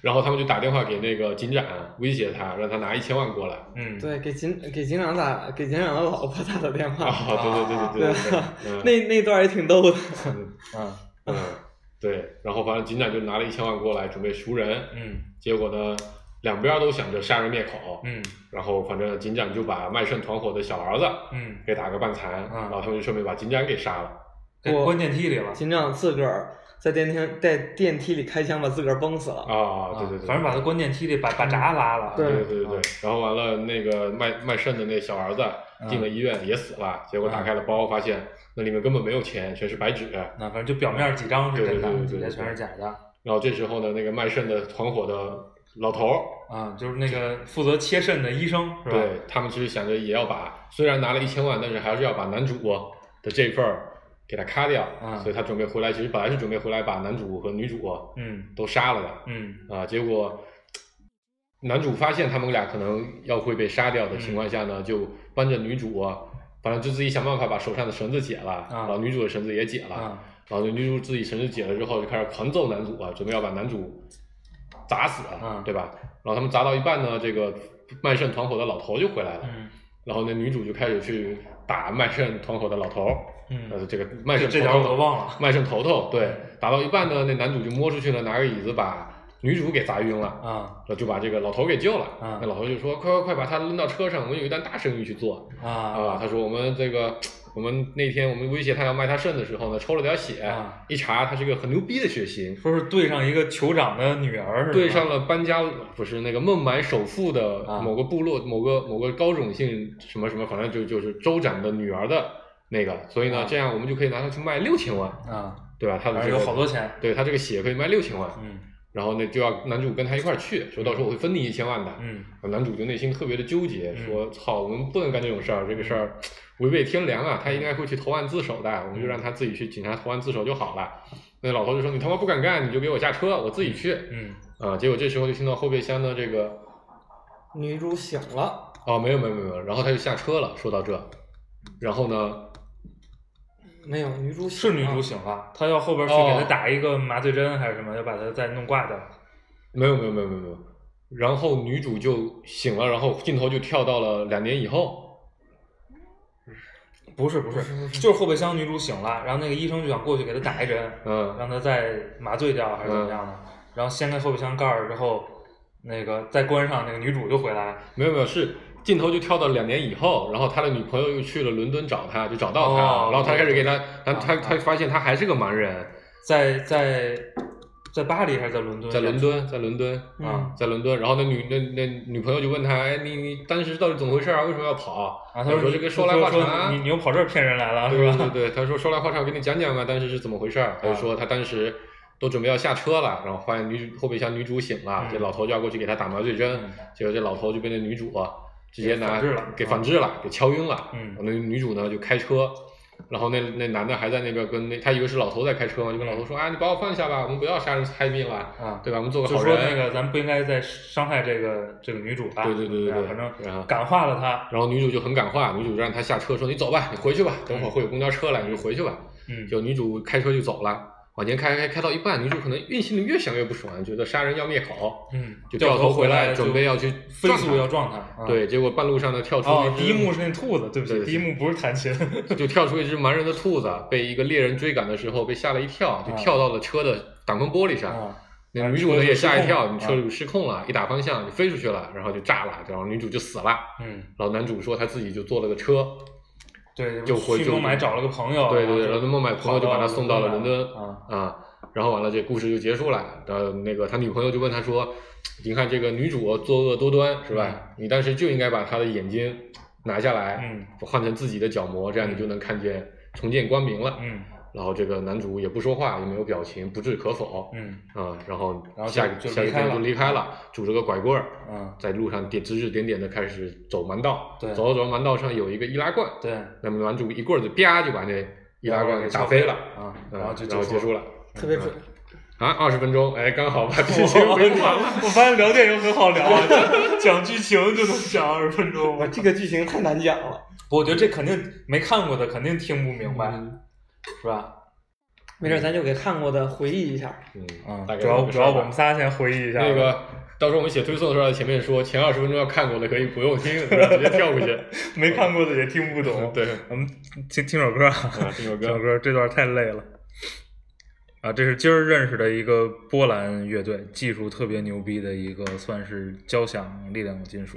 S5: 然后他们就打电话给那个警长，威胁他，让他拿一千万过来。
S4: 嗯，
S3: 对，给警给警长打给警长的老婆打的电话，
S4: 哦
S5: 啊，对对对对 对对，
S3: 那那段也挺逗的。
S4: 嗯
S5: 那嗯对，然后反正警长就拿了一千万过来准备赎人，
S4: 嗯
S5: 结果呢，两边都想着杀人灭口，
S4: 嗯
S5: 然后反正警长就把卖肾团伙的小儿子
S4: 嗯，
S5: 给打个半残，
S4: 嗯
S5: 然后他们就顺便把警长给杀了。
S4: 给
S3: 我
S4: 关电梯里了
S3: 警长自个儿在电梯在电梯里开枪把自个儿崩死了。
S5: 啊，对对对，
S4: 反正把他嗯关电梯里，把把闸拉了，啊
S5: 对对
S3: 对
S5: 对对对，然后完了，那个卖卖肾的那小儿子
S4: 嗯
S5: 进了医院也死了，结果打开了包，发现那里面根本没有钱，全是白纸。
S4: 那反正就表面几张是真
S5: 对
S4: 的，
S5: 对对对
S4: 底
S5: 对
S4: 下
S5: 对
S4: 全是假的。
S5: 然后这时候呢，那个卖肾的团伙的老头儿，
S4: 啊，就是那个负责切肾的医生是吧？
S5: 对他们其实想着也要把，虽然拿了一千万，但是还是要把男主的这份儿给他咔掉。
S4: 嗯
S5: 所以他准备回来，其实本来是准备回来把男主和女主
S4: 嗯
S5: 都杀了的
S4: 嗯
S5: 啊，结果。男主发现他们俩可能要会被杀掉的情况下呢，
S4: 嗯
S5: 就帮着女主，啊反正就自己想办法把手上的绳子解了，
S4: 嗯
S5: 然后女主的绳子也解了，
S4: 啊
S5: 然后女主自己绳子解了之后，就开始狂揍男主啊，准备要把男主砸死啊，
S4: 嗯
S5: 对吧？然后他们砸到一半呢，这个卖肾团伙的老头就回来了，
S4: 嗯
S5: 然后那女主就开始去打卖肾团伙的老头，
S4: 嗯，
S5: 呃，这个卖
S4: 这
S5: 肾
S4: 这点我都
S5: 头
S4: 忘了。嗯
S5: 卖肾头头，对，打到一半呢，那男主就摸出去了，拿个椅子把女主给砸晕了。
S4: 啊
S5: 然后就把这个老头给救了，
S4: 嗯
S5: 那老头就说：“快快快，把他拎到车上，我们有一单大生意去做。”啊，
S4: 啊
S5: 他说我们这个，我们那天我们威胁他要卖他肾的时候呢，抽了点血，
S4: 啊
S5: 一查他是个很牛逼的血型，
S4: 说是对上一个酋长的女儿是吧？
S5: 对上了班加不是那个孟买首富的
S4: 啊
S5: 某个部落、某个某个高种姓什么什么，反正就就是州长的女儿的那个，所以呢，
S4: 啊
S5: 这样我们就可以拿它去卖六千万，
S4: 啊，
S5: 对吧？他的
S4: 反
S5: 这
S4: 正
S5: 个
S4: 有好多钱。
S5: 对他这个血可以卖六千万，
S4: 嗯
S5: 然后呢就要男主跟他一块儿去，说到时候我会分你一千万的，
S4: 嗯
S5: 男主就内心特别的纠结，
S4: 嗯
S5: 说：“操，我们不能干这种事儿，这个事儿违背天良啊！他应该会去投案自首的，
S4: 嗯
S5: 我们就让他自己去警察投案自首就好了。”那老头就说：“你他妈不敢干，你就给我下车，我自己去。
S4: 嗯”
S5: 啊，结果这时候就听到后备箱的这个
S3: 女主醒了，
S5: 哦，没有没有没有，然后他就下车了。说到这，然后呢，
S3: 没有女主醒
S4: 是
S3: 了
S4: 女主醒了，她要后边去
S5: 哦
S4: 给她打一个麻醉针还是什么，要把她再弄挂掉。
S5: 没有没有没有没有没有，然后女主就醒了，然后镜头就跳到了两年以后，
S4: 不是不是，就是后备箱女主醒了，然后那个医生就想过去给她打一针，
S5: 嗯
S4: 让她再麻醉掉还是怎么样的，然后掀开后备箱盖儿之后，那个再关上，那个女主就回来了。
S5: 没有没有，是镜头就跳到两年以后，然后他的女朋友又去了伦敦找他，就找到他，
S4: 哦
S5: 然后他开始给他，
S4: 对
S5: 然后他
S4: 啊
S5: 他发现他还是个盲人，
S4: 在在在巴黎还是在伦敦？
S5: 在伦敦，在伦敦。
S3: 嗯
S4: 啊
S5: 在伦敦，然后那女那那女朋友就问他，哎，你你当时到底怎么回事啊？为什么要跑？
S4: 啊，他
S5: 说这
S4: 你
S5: 个说来话长
S4: 说
S5: 啊
S4: 你，你又跑这儿骗人来了啊是
S5: 对
S4: 吧？啊
S5: 对对，他说说来话长，我给你讲讲吧，当时是怎么回事儿。他就说他当时都准备要下车了，然后发现女主后备箱女主醒了，
S4: 嗯
S5: 这老头就要过去给他打麻醉针，
S4: 嗯
S5: 结果这老头就被那女主啊直接
S4: 给反
S5: 拿
S4: 制了
S5: 给反制了，给敲晕了。
S4: 嗯
S5: 那女主呢就开车，然后那那男的还在那边跟那他以为是老头在开车嘛，就跟老头说啊，你把我放下吧，我们不要杀人害命了，
S4: 啊，
S5: 对吧？我们做个
S4: 就
S5: 好
S4: 说
S5: 人。
S4: 那个咱不应该再伤害这个这个女主吧？
S5: 对对对对
S4: 对吧
S5: 对
S4: 反
S5: 然后
S4: 正感化了她。
S5: 然后女主就很感化，女主让他下车说你走吧，你回去吧，等会儿会有公交车来，你就回去吧。
S4: 嗯，
S5: 就女主开车就走了，往前开开开到一半，女主可能运心里越想越不爽，觉得杀人要灭口，
S4: 嗯，
S5: 就
S4: 掉
S5: 掉头
S4: 回
S5: 回来，
S4: 就
S5: 准备要去
S4: 飞
S5: 撞
S4: 速
S5: 他
S4: 要。撞她。啊
S5: 对，结果半路上呢，跳出
S4: 哦，
S5: 只
S4: 第一幕是那兔子，对不
S5: 对
S4: 起，
S5: 对
S4: 第一幕不是弹 琴。
S5: 就跳出一只蛮人的兔子，被一个猎人追赶的时候被吓了一跳，就
S4: 啊
S5: 跳到了车的挡风玻璃上。
S4: 啊，
S5: 那女主呢也吓一跳，
S4: 啊
S5: 你车就失控了，一打方向就飞出去了，然后就炸了，然后女主就死了。
S4: 嗯，
S5: 然后男主说他自己就坐了个车，
S4: 对，
S5: 就回
S4: 去
S5: 就
S4: 孟买找了个朋友，
S5: 对对对，
S4: 然
S5: 然
S4: 后
S5: 后
S4: 哦就
S5: 孟买朋友就把他送到了伦敦
S4: 跑到伦敦
S5: 啊，然后完了这故事就结束了。然后那个他女朋友就问他说：“你看这个女主作恶多端是吧？你当时就应该把她的眼睛拿下来，
S4: 嗯
S5: 换成自己的角膜，这样你就能看见重见光明了。
S4: 嗯
S5: 然后这个男主也不说话，也没有表情，不置可否。
S4: 嗯
S5: 啊、然后
S4: 然后就
S5: 下一个
S4: 就
S5: 下一
S4: 离开
S5: 个
S4: 了
S5: 就离开了，拄着个拐棍儿，
S4: 嗯，
S5: 在路上点指指点点的开始走蛮道，
S4: 对
S5: 走着走着蛮道上有一个易拉罐，
S4: 对，
S5: 那么男主一棍儿就啪就把那易拉罐给打飞了，
S4: 啊，
S5: 嗯
S4: 然后就
S5: 然后结束了
S3: 特别准。
S5: 啊，二十分钟，哎，刚好把剧情给完了。
S4: 我发现聊电影很好 聊啊，就讲剧情就能讲二十分钟。
S3: 我这个剧情太难讲了，
S4: 不，我觉得这肯定没看过的肯定听不明白，
S5: 嗯
S4: 是吧？
S3: 没事儿咱就给看过的回忆一下。
S5: 嗯
S4: 嗯
S5: 大概
S4: 主要
S5: 这么
S4: 主
S5: 个事儿
S4: 要
S5: 吧
S4: 我们仨先回忆一下
S5: 那个，到时候我们写推送的时候，前面说前二十分钟要看过的可以不用听，然后直接跳过 去。
S4: 没看过的也听不懂。
S5: 嗯对，
S4: 我们听听首歌啊，
S5: 啊，这首
S4: 听首
S5: 歌，
S4: 歌， 这段太累了。啊，这是今儿认识的一个波兰乐队，技术特别牛逼的一个，算是交响力量的金属。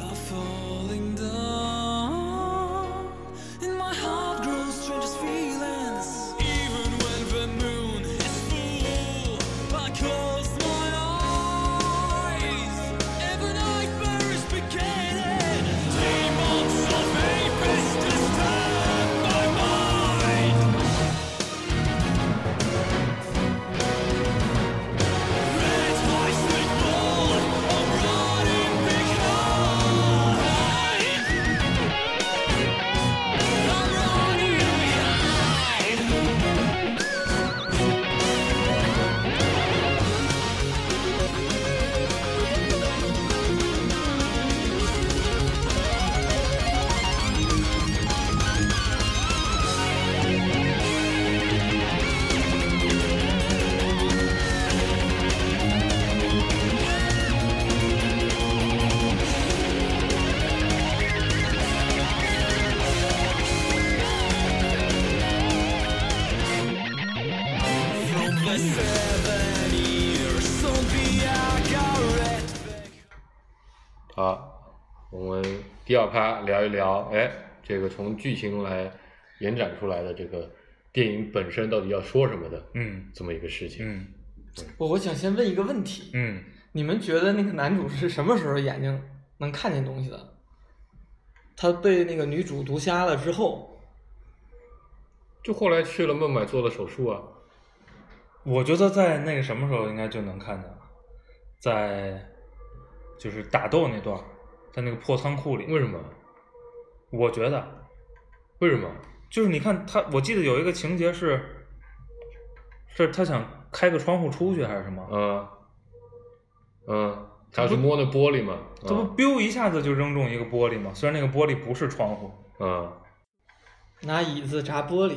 S6: are falling down, and my heart grows strangest feelings. Even when the moon is full, I close my eyes. Every nightmare is beginning. Demons of apes disturb my mind. Red lights with blood, I'm running behind. I'm running behind. From the seven years on the agate.
S5: 好，我们第二趴聊一聊，哎，这个从剧情来延展出来的这个电影本身到底要说什么的，
S4: 嗯
S5: 这么一个事情。
S4: 嗯
S3: 我我想先问一个问题，
S4: 嗯，
S3: 你们觉得那个男主是什么时候眼睛能看见东西的？他被那个女主毒瞎了之后，
S5: 就后来去了孟买做了手术啊，
S4: 我觉得在那个什么时候应该就能看见了，在就是打斗那段儿，在那个破仓库里，
S5: 为什么？
S4: 我觉得
S5: 为什么？
S4: 就是你看他，我记得有一个情节是，是他想开个窗户出去还是什么？
S5: 啊，嗯，他要去摸那玻璃嘛，
S4: 他不 biu 一下子就扔中一个玻璃吗？虽然那个玻璃不是窗户，
S5: 啊
S3: 拿椅子砸玻璃，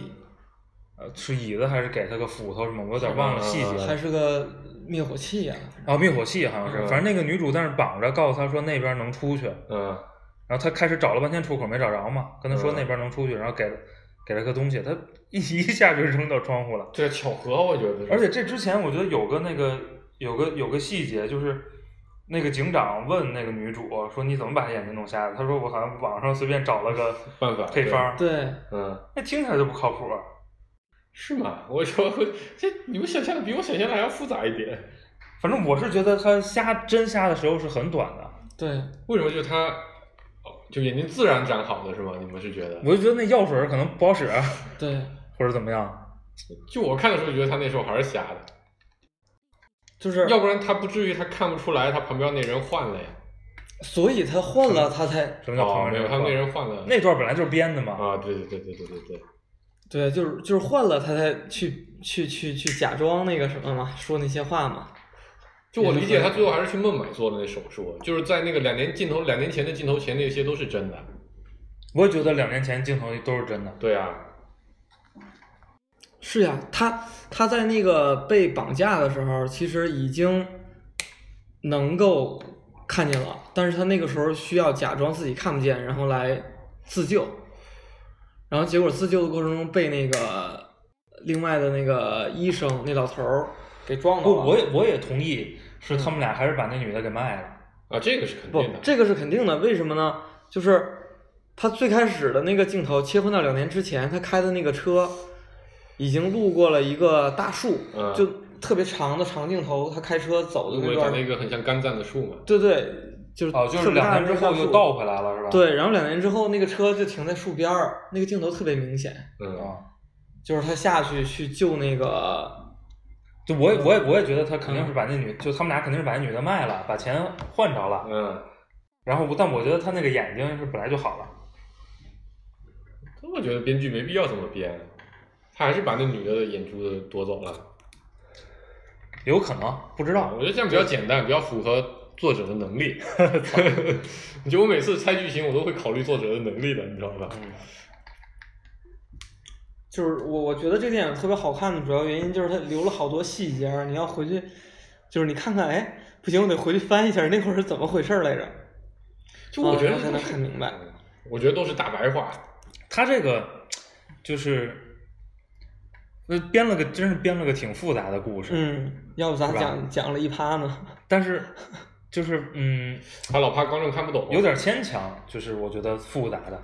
S4: 呃，是椅子还是给他个斧头什么？我有点忘了细节
S5: 嗯
S4: 了。
S3: 还是个灭火器啊呀、
S4: 哦，灭火器好像是，
S5: 嗯
S4: 反正那个女主在那儿绑着，告诉他说那边能出去，
S5: 啊啊
S4: 然后他开始找了半天出口没找着嘛，跟他说
S5: 嗯
S4: 那边能出去，然后给给了个东西，他一 一下就扔到窗户了。
S5: 这巧合，我觉得是。
S4: 而且这之前，我觉得有个那个有个有个细节，就是那个警长问那个女主说：“你怎么把眼睛弄瞎的？”她说：“我好像网上随便找了 个
S5: 办法
S4: 配方。”，
S3: 对，
S5: 嗯，
S4: 那听起来就不靠谱啊。
S5: 是吗？我说 这你们想象的比我想象的还要复杂一点。
S4: 反正我是觉得他瞎真瞎的时候是很短的，
S3: 对，
S5: 为什么就他，哦就眼睛自然长好的是吗？你们是觉得？
S4: 我就觉得那药水可能不好使，啊
S3: 对，
S4: 或者怎么样。
S5: 就我看的时候觉得他那时候还是瞎的，
S3: 就是
S5: 要不然他不至于他看不出来他旁边那人换了呀。
S3: 所以他换了，他才
S4: 什么叫
S5: 哦
S4: 旁
S5: 没
S4: 边
S5: 有，他
S4: 那
S5: 们那
S4: 人
S5: 人换了。
S4: 那段本来就是编的嘛。
S5: 啊，对对对对对对对，
S3: 对，就是就是换了，他才去去去去假装那个什么嘛，说那些话嘛。
S5: 就我理解，他最后还是去孟买做的那手术，啊就是在那个两年镜头两年前的镜头前那些都是真的。
S4: 我也觉得两年前镜头都是真的。
S5: 对啊，
S3: 是呀，他他在那个被绑架的时候，其实已经能够看见了，但是他那个时候需要假装自己看不见，然后来自救。然后结果自救的过程中被那个另外的那个医生那老头儿给撞到
S4: 不，
S3: 了。
S4: 我也我也同意，是他们俩还是把那女的给卖了。
S5: 啊，这个是肯
S3: 不
S5: 定的，。
S3: 这个是肯定的。为什么呢？就是他最开始的那个镜头切换到两年之前，他开的那个车已经路过了一个大树，
S5: 嗯
S3: 就特别长的长镜头，他开车走的
S5: 因
S3: 那
S5: 为
S3: 段
S5: 它
S3: 儿，
S5: 那个很像肝脏的树嘛。
S3: 对对，就是
S4: 哦，就
S3: 特
S4: 是
S3: 别
S4: 两
S3: 大的
S4: 年之
S3: 那
S4: 后
S3: 棵
S4: 又
S3: 树
S4: 倒回来了，是吧？
S3: 对，然后两年之后那个车就停在树边儿，那个镜头特别明显，
S5: 嗯，
S4: 啊，
S3: 就是他下去去救那个，
S4: 就我也
S3: 嗯
S4: 我也我也觉得他肯定是把那女，就他们俩肯定是把那女的卖了，把钱换着了。
S5: 嗯，
S4: 然后我，但我觉得他那个眼睛是本来就好了。
S5: 我觉得编剧没必要这么编，他还是把那女的眼珠子夺走了。
S4: 有可能不知
S5: 啊
S4: 道，
S5: 我觉得这样比较简单，比较符合作者的能力。你就我每次猜剧情，我都会考虑作者的能力的，你知道吧？
S3: 就是我我觉得这电影特别好看的主要原因就是它留了好多细节啊儿，你要回去，就是你看看，哎，不行，我得回去翻一下那会儿是怎么回事儿来着。
S5: 就我觉得
S3: 啊
S5: 都
S3: 能
S5: 是
S3: 看明白。
S5: 我觉得都是大白话。
S4: 他这个就是，呃，编了个真是编了个挺复杂的故事，
S3: 嗯，要不
S4: 是
S3: 咱
S4: 吧
S3: 讲讲了一趴呢？
S4: 但是就是嗯，
S5: 他老怕观众看不懂。
S4: 有。点牵强，就是我觉得复杂的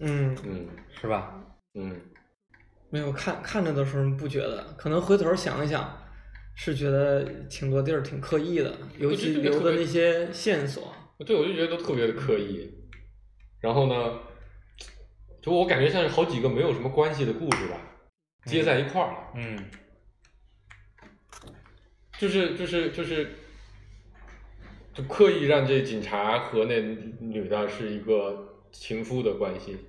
S3: 嗯，
S5: 嗯
S4: 是吧？
S5: 嗯，
S3: 没有看看着的时候不觉得，可能回头想一想，是觉得挺多地儿挺刻意的，尤其
S5: 我觉得这个
S3: 留
S5: 特别
S3: 的那些线索。
S5: 对，我就觉得都特别的刻意。然后呢，就我感觉像是好几个没有什么关系的故事吧，接在一块儿了。
S4: 嗯
S5: 就是就是就是，就刻意让这警察和那女的是一个情夫的关系，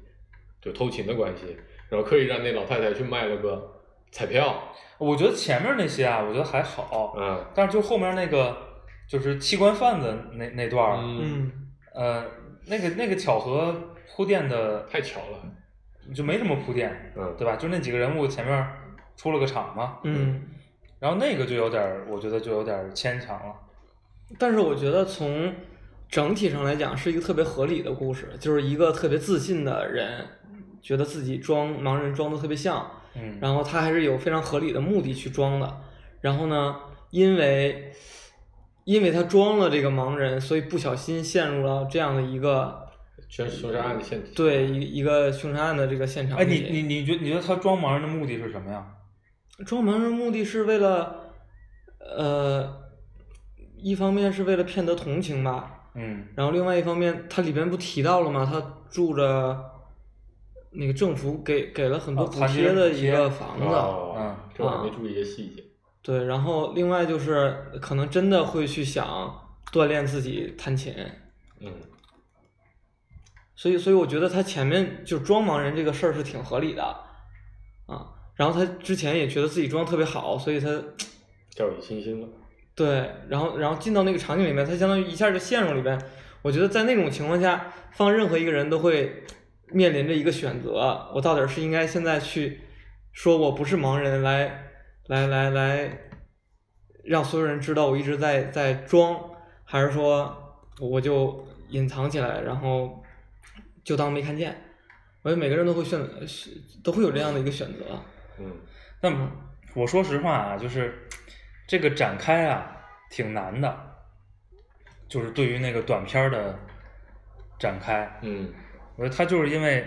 S5: 就偷情的关系，然后刻意让那老太太去卖了个彩票，
S4: 我觉得前面那些啊，我觉得还好，
S5: 嗯
S4: 但是就后面那个就是器官贩子那那段儿，
S5: 嗯，
S3: 嗯，
S4: 呃，那个那个巧合铺垫的
S5: 太巧了，
S4: 就没什么铺垫，
S5: 嗯
S4: 对吧？就那几个人物前面出了个场嘛，
S3: 嗯，
S4: 然后那个就有点儿，我觉得就有点儿牵强了。
S3: 但是我觉得从整体上来讲是一个特别合理的故事，就是一个特别自信的人，觉得自己装盲人装的特别像，
S4: 嗯，
S3: 然后他还是有非常合理的目的去装的。然后呢，因为因为他装了这个盲人，所以不小心陷入了这样的一个
S5: 全凶杀案的现体。
S3: 对一一个凶杀案的这个现场里。
S4: 哎，你你你觉你觉得他装盲人的目的是什么呀？
S3: 装盲人目的是为了，呃，一方面是为了骗得同情吧，
S4: 嗯
S3: 然后另外一方面，它里边不提到了吗？他住着那个政府给给了很多
S4: 啊
S3: 补
S4: 残疾
S3: 贴
S4: 人
S3: 的
S4: 补
S3: 一
S4: 贴
S3: 个房子，
S5: 哦
S4: 嗯，
S5: 这我还没注意这细节。
S3: 对，然后另外就是可能真的会去想锻炼自己弹琴，
S5: 嗯，
S3: 所以所以我觉得他前面就装盲人这个事儿是挺合理的，啊，然后他之前也觉得自己装得特别好，所以他
S5: 掉以轻心了。
S3: 对，然后然后进到那个场景里面，他相当于一下就陷入里边。我觉得在那种情况下，放任何一个人都会面临着一个选择：我到底是应该现在去说我不是盲人，来来来来，让所有人知道我一直在在装，还是说我就隐藏起来，然后就当没看见？我觉得每个人都会选，选都会有这样的一个选择。
S5: 嗯，
S4: 那么我说实话啊，就是这个展开啊挺难的，就是对于那个短片儿的展开，
S5: 嗯，
S4: 我觉得他就是因为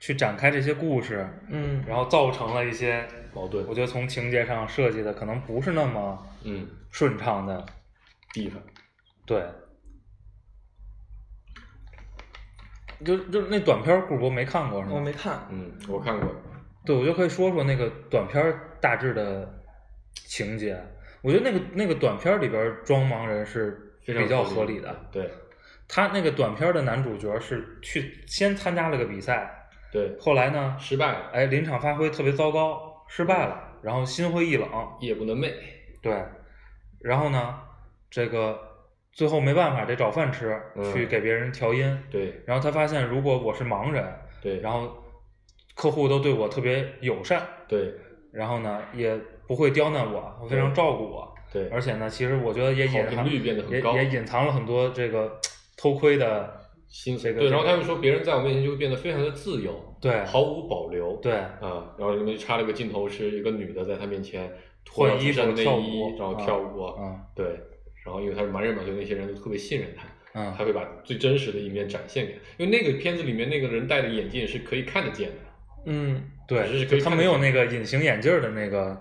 S4: 去展开这些故事，
S3: 嗯，
S4: 然后造成了一些
S5: 矛盾
S4: 我。觉得从情节上设计的可能不是那么
S5: 嗯，
S4: 顺畅的
S5: 地方。
S4: 对，就就是那短片儿顾博没看过是吗？
S3: 我没看，
S5: 嗯，我看过。
S4: 对，我就可以说说那个短片儿大致的情节。我觉得那个那个短片儿里边儿装盲人是
S5: 非常
S4: 比较合理的。
S5: 对
S4: 他那个短片儿的男主角是去先参加了个比赛，
S5: 对，
S4: 后来呢，
S5: 失败了，
S4: 哎，临场发挥特别糟糕，失败了，然后心灰意冷，
S5: 夜不能寐。
S4: 对，然后呢，这个最后没办法得找饭吃，
S5: 嗯
S4: 去给别人调音。
S5: 对
S4: 然后他发现，如果我是盲人，
S5: 对，
S4: 然
S5: 后
S4: 后客户都对我特别友善，
S5: 对
S4: 然后呢也不会刁难我，非常照顾我，
S5: 嗯对，
S4: 而且呢，其实我觉得也隐
S5: 好
S4: 含
S5: 评率变得很
S4: 也
S5: 高
S4: 也隐藏了很多这个偷窥的，
S5: 心
S4: 这个
S5: 对，然后他们说别人在我面前就会变得非常的自由，
S4: 对
S5: 毫无保留，
S4: 对
S5: 啊，然后里面就插了个镜头，是一个女的在他面前脱
S4: 换
S5: 掉
S4: 衣
S5: 自
S4: 服
S5: 身的内
S4: 跳
S5: 衣，
S4: 舞
S5: 然后
S4: 啊
S5: 跳舞，
S4: 嗯
S5: 对，然后因为他是盲人嘛，所以那些人都特别信任他，他
S4: 嗯
S5: 会把最真实的一面展现给他，因为那个片子里面那个人戴的眼镜是可以看得见的，
S3: 嗯
S5: 只是
S4: 对，
S5: 可以
S4: 他
S5: 看
S4: 没有
S5: 得
S4: 那
S5: 见
S4: 个隐形眼镜儿的那个，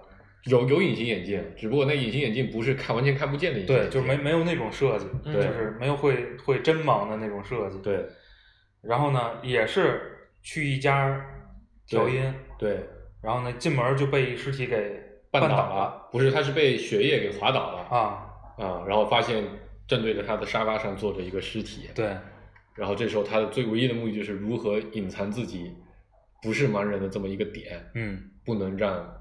S5: 有有隐形眼镜，只不过那隐形眼镜不是看完全看不见的隐形
S4: 对，
S5: 眼
S4: 就
S5: 镜，
S4: 是没没有那种设计，
S3: 嗯
S4: 就是没有会会真盲的那种设计。，
S5: 对
S4: 然后呢，也是去一家调音，
S5: 对
S4: 然后呢进门就被一尸体给
S5: 绊
S4: 倒
S5: 倒了，不是他是被血液给滑倒了
S4: 啊，
S5: 啊，然后发现正对着他的沙发上坐着一个尸体，
S4: 对
S5: 然后这时候他的最唯一的目的就是如何隐藏自己不是盲人的这么一个点，
S4: 嗯
S5: 不能让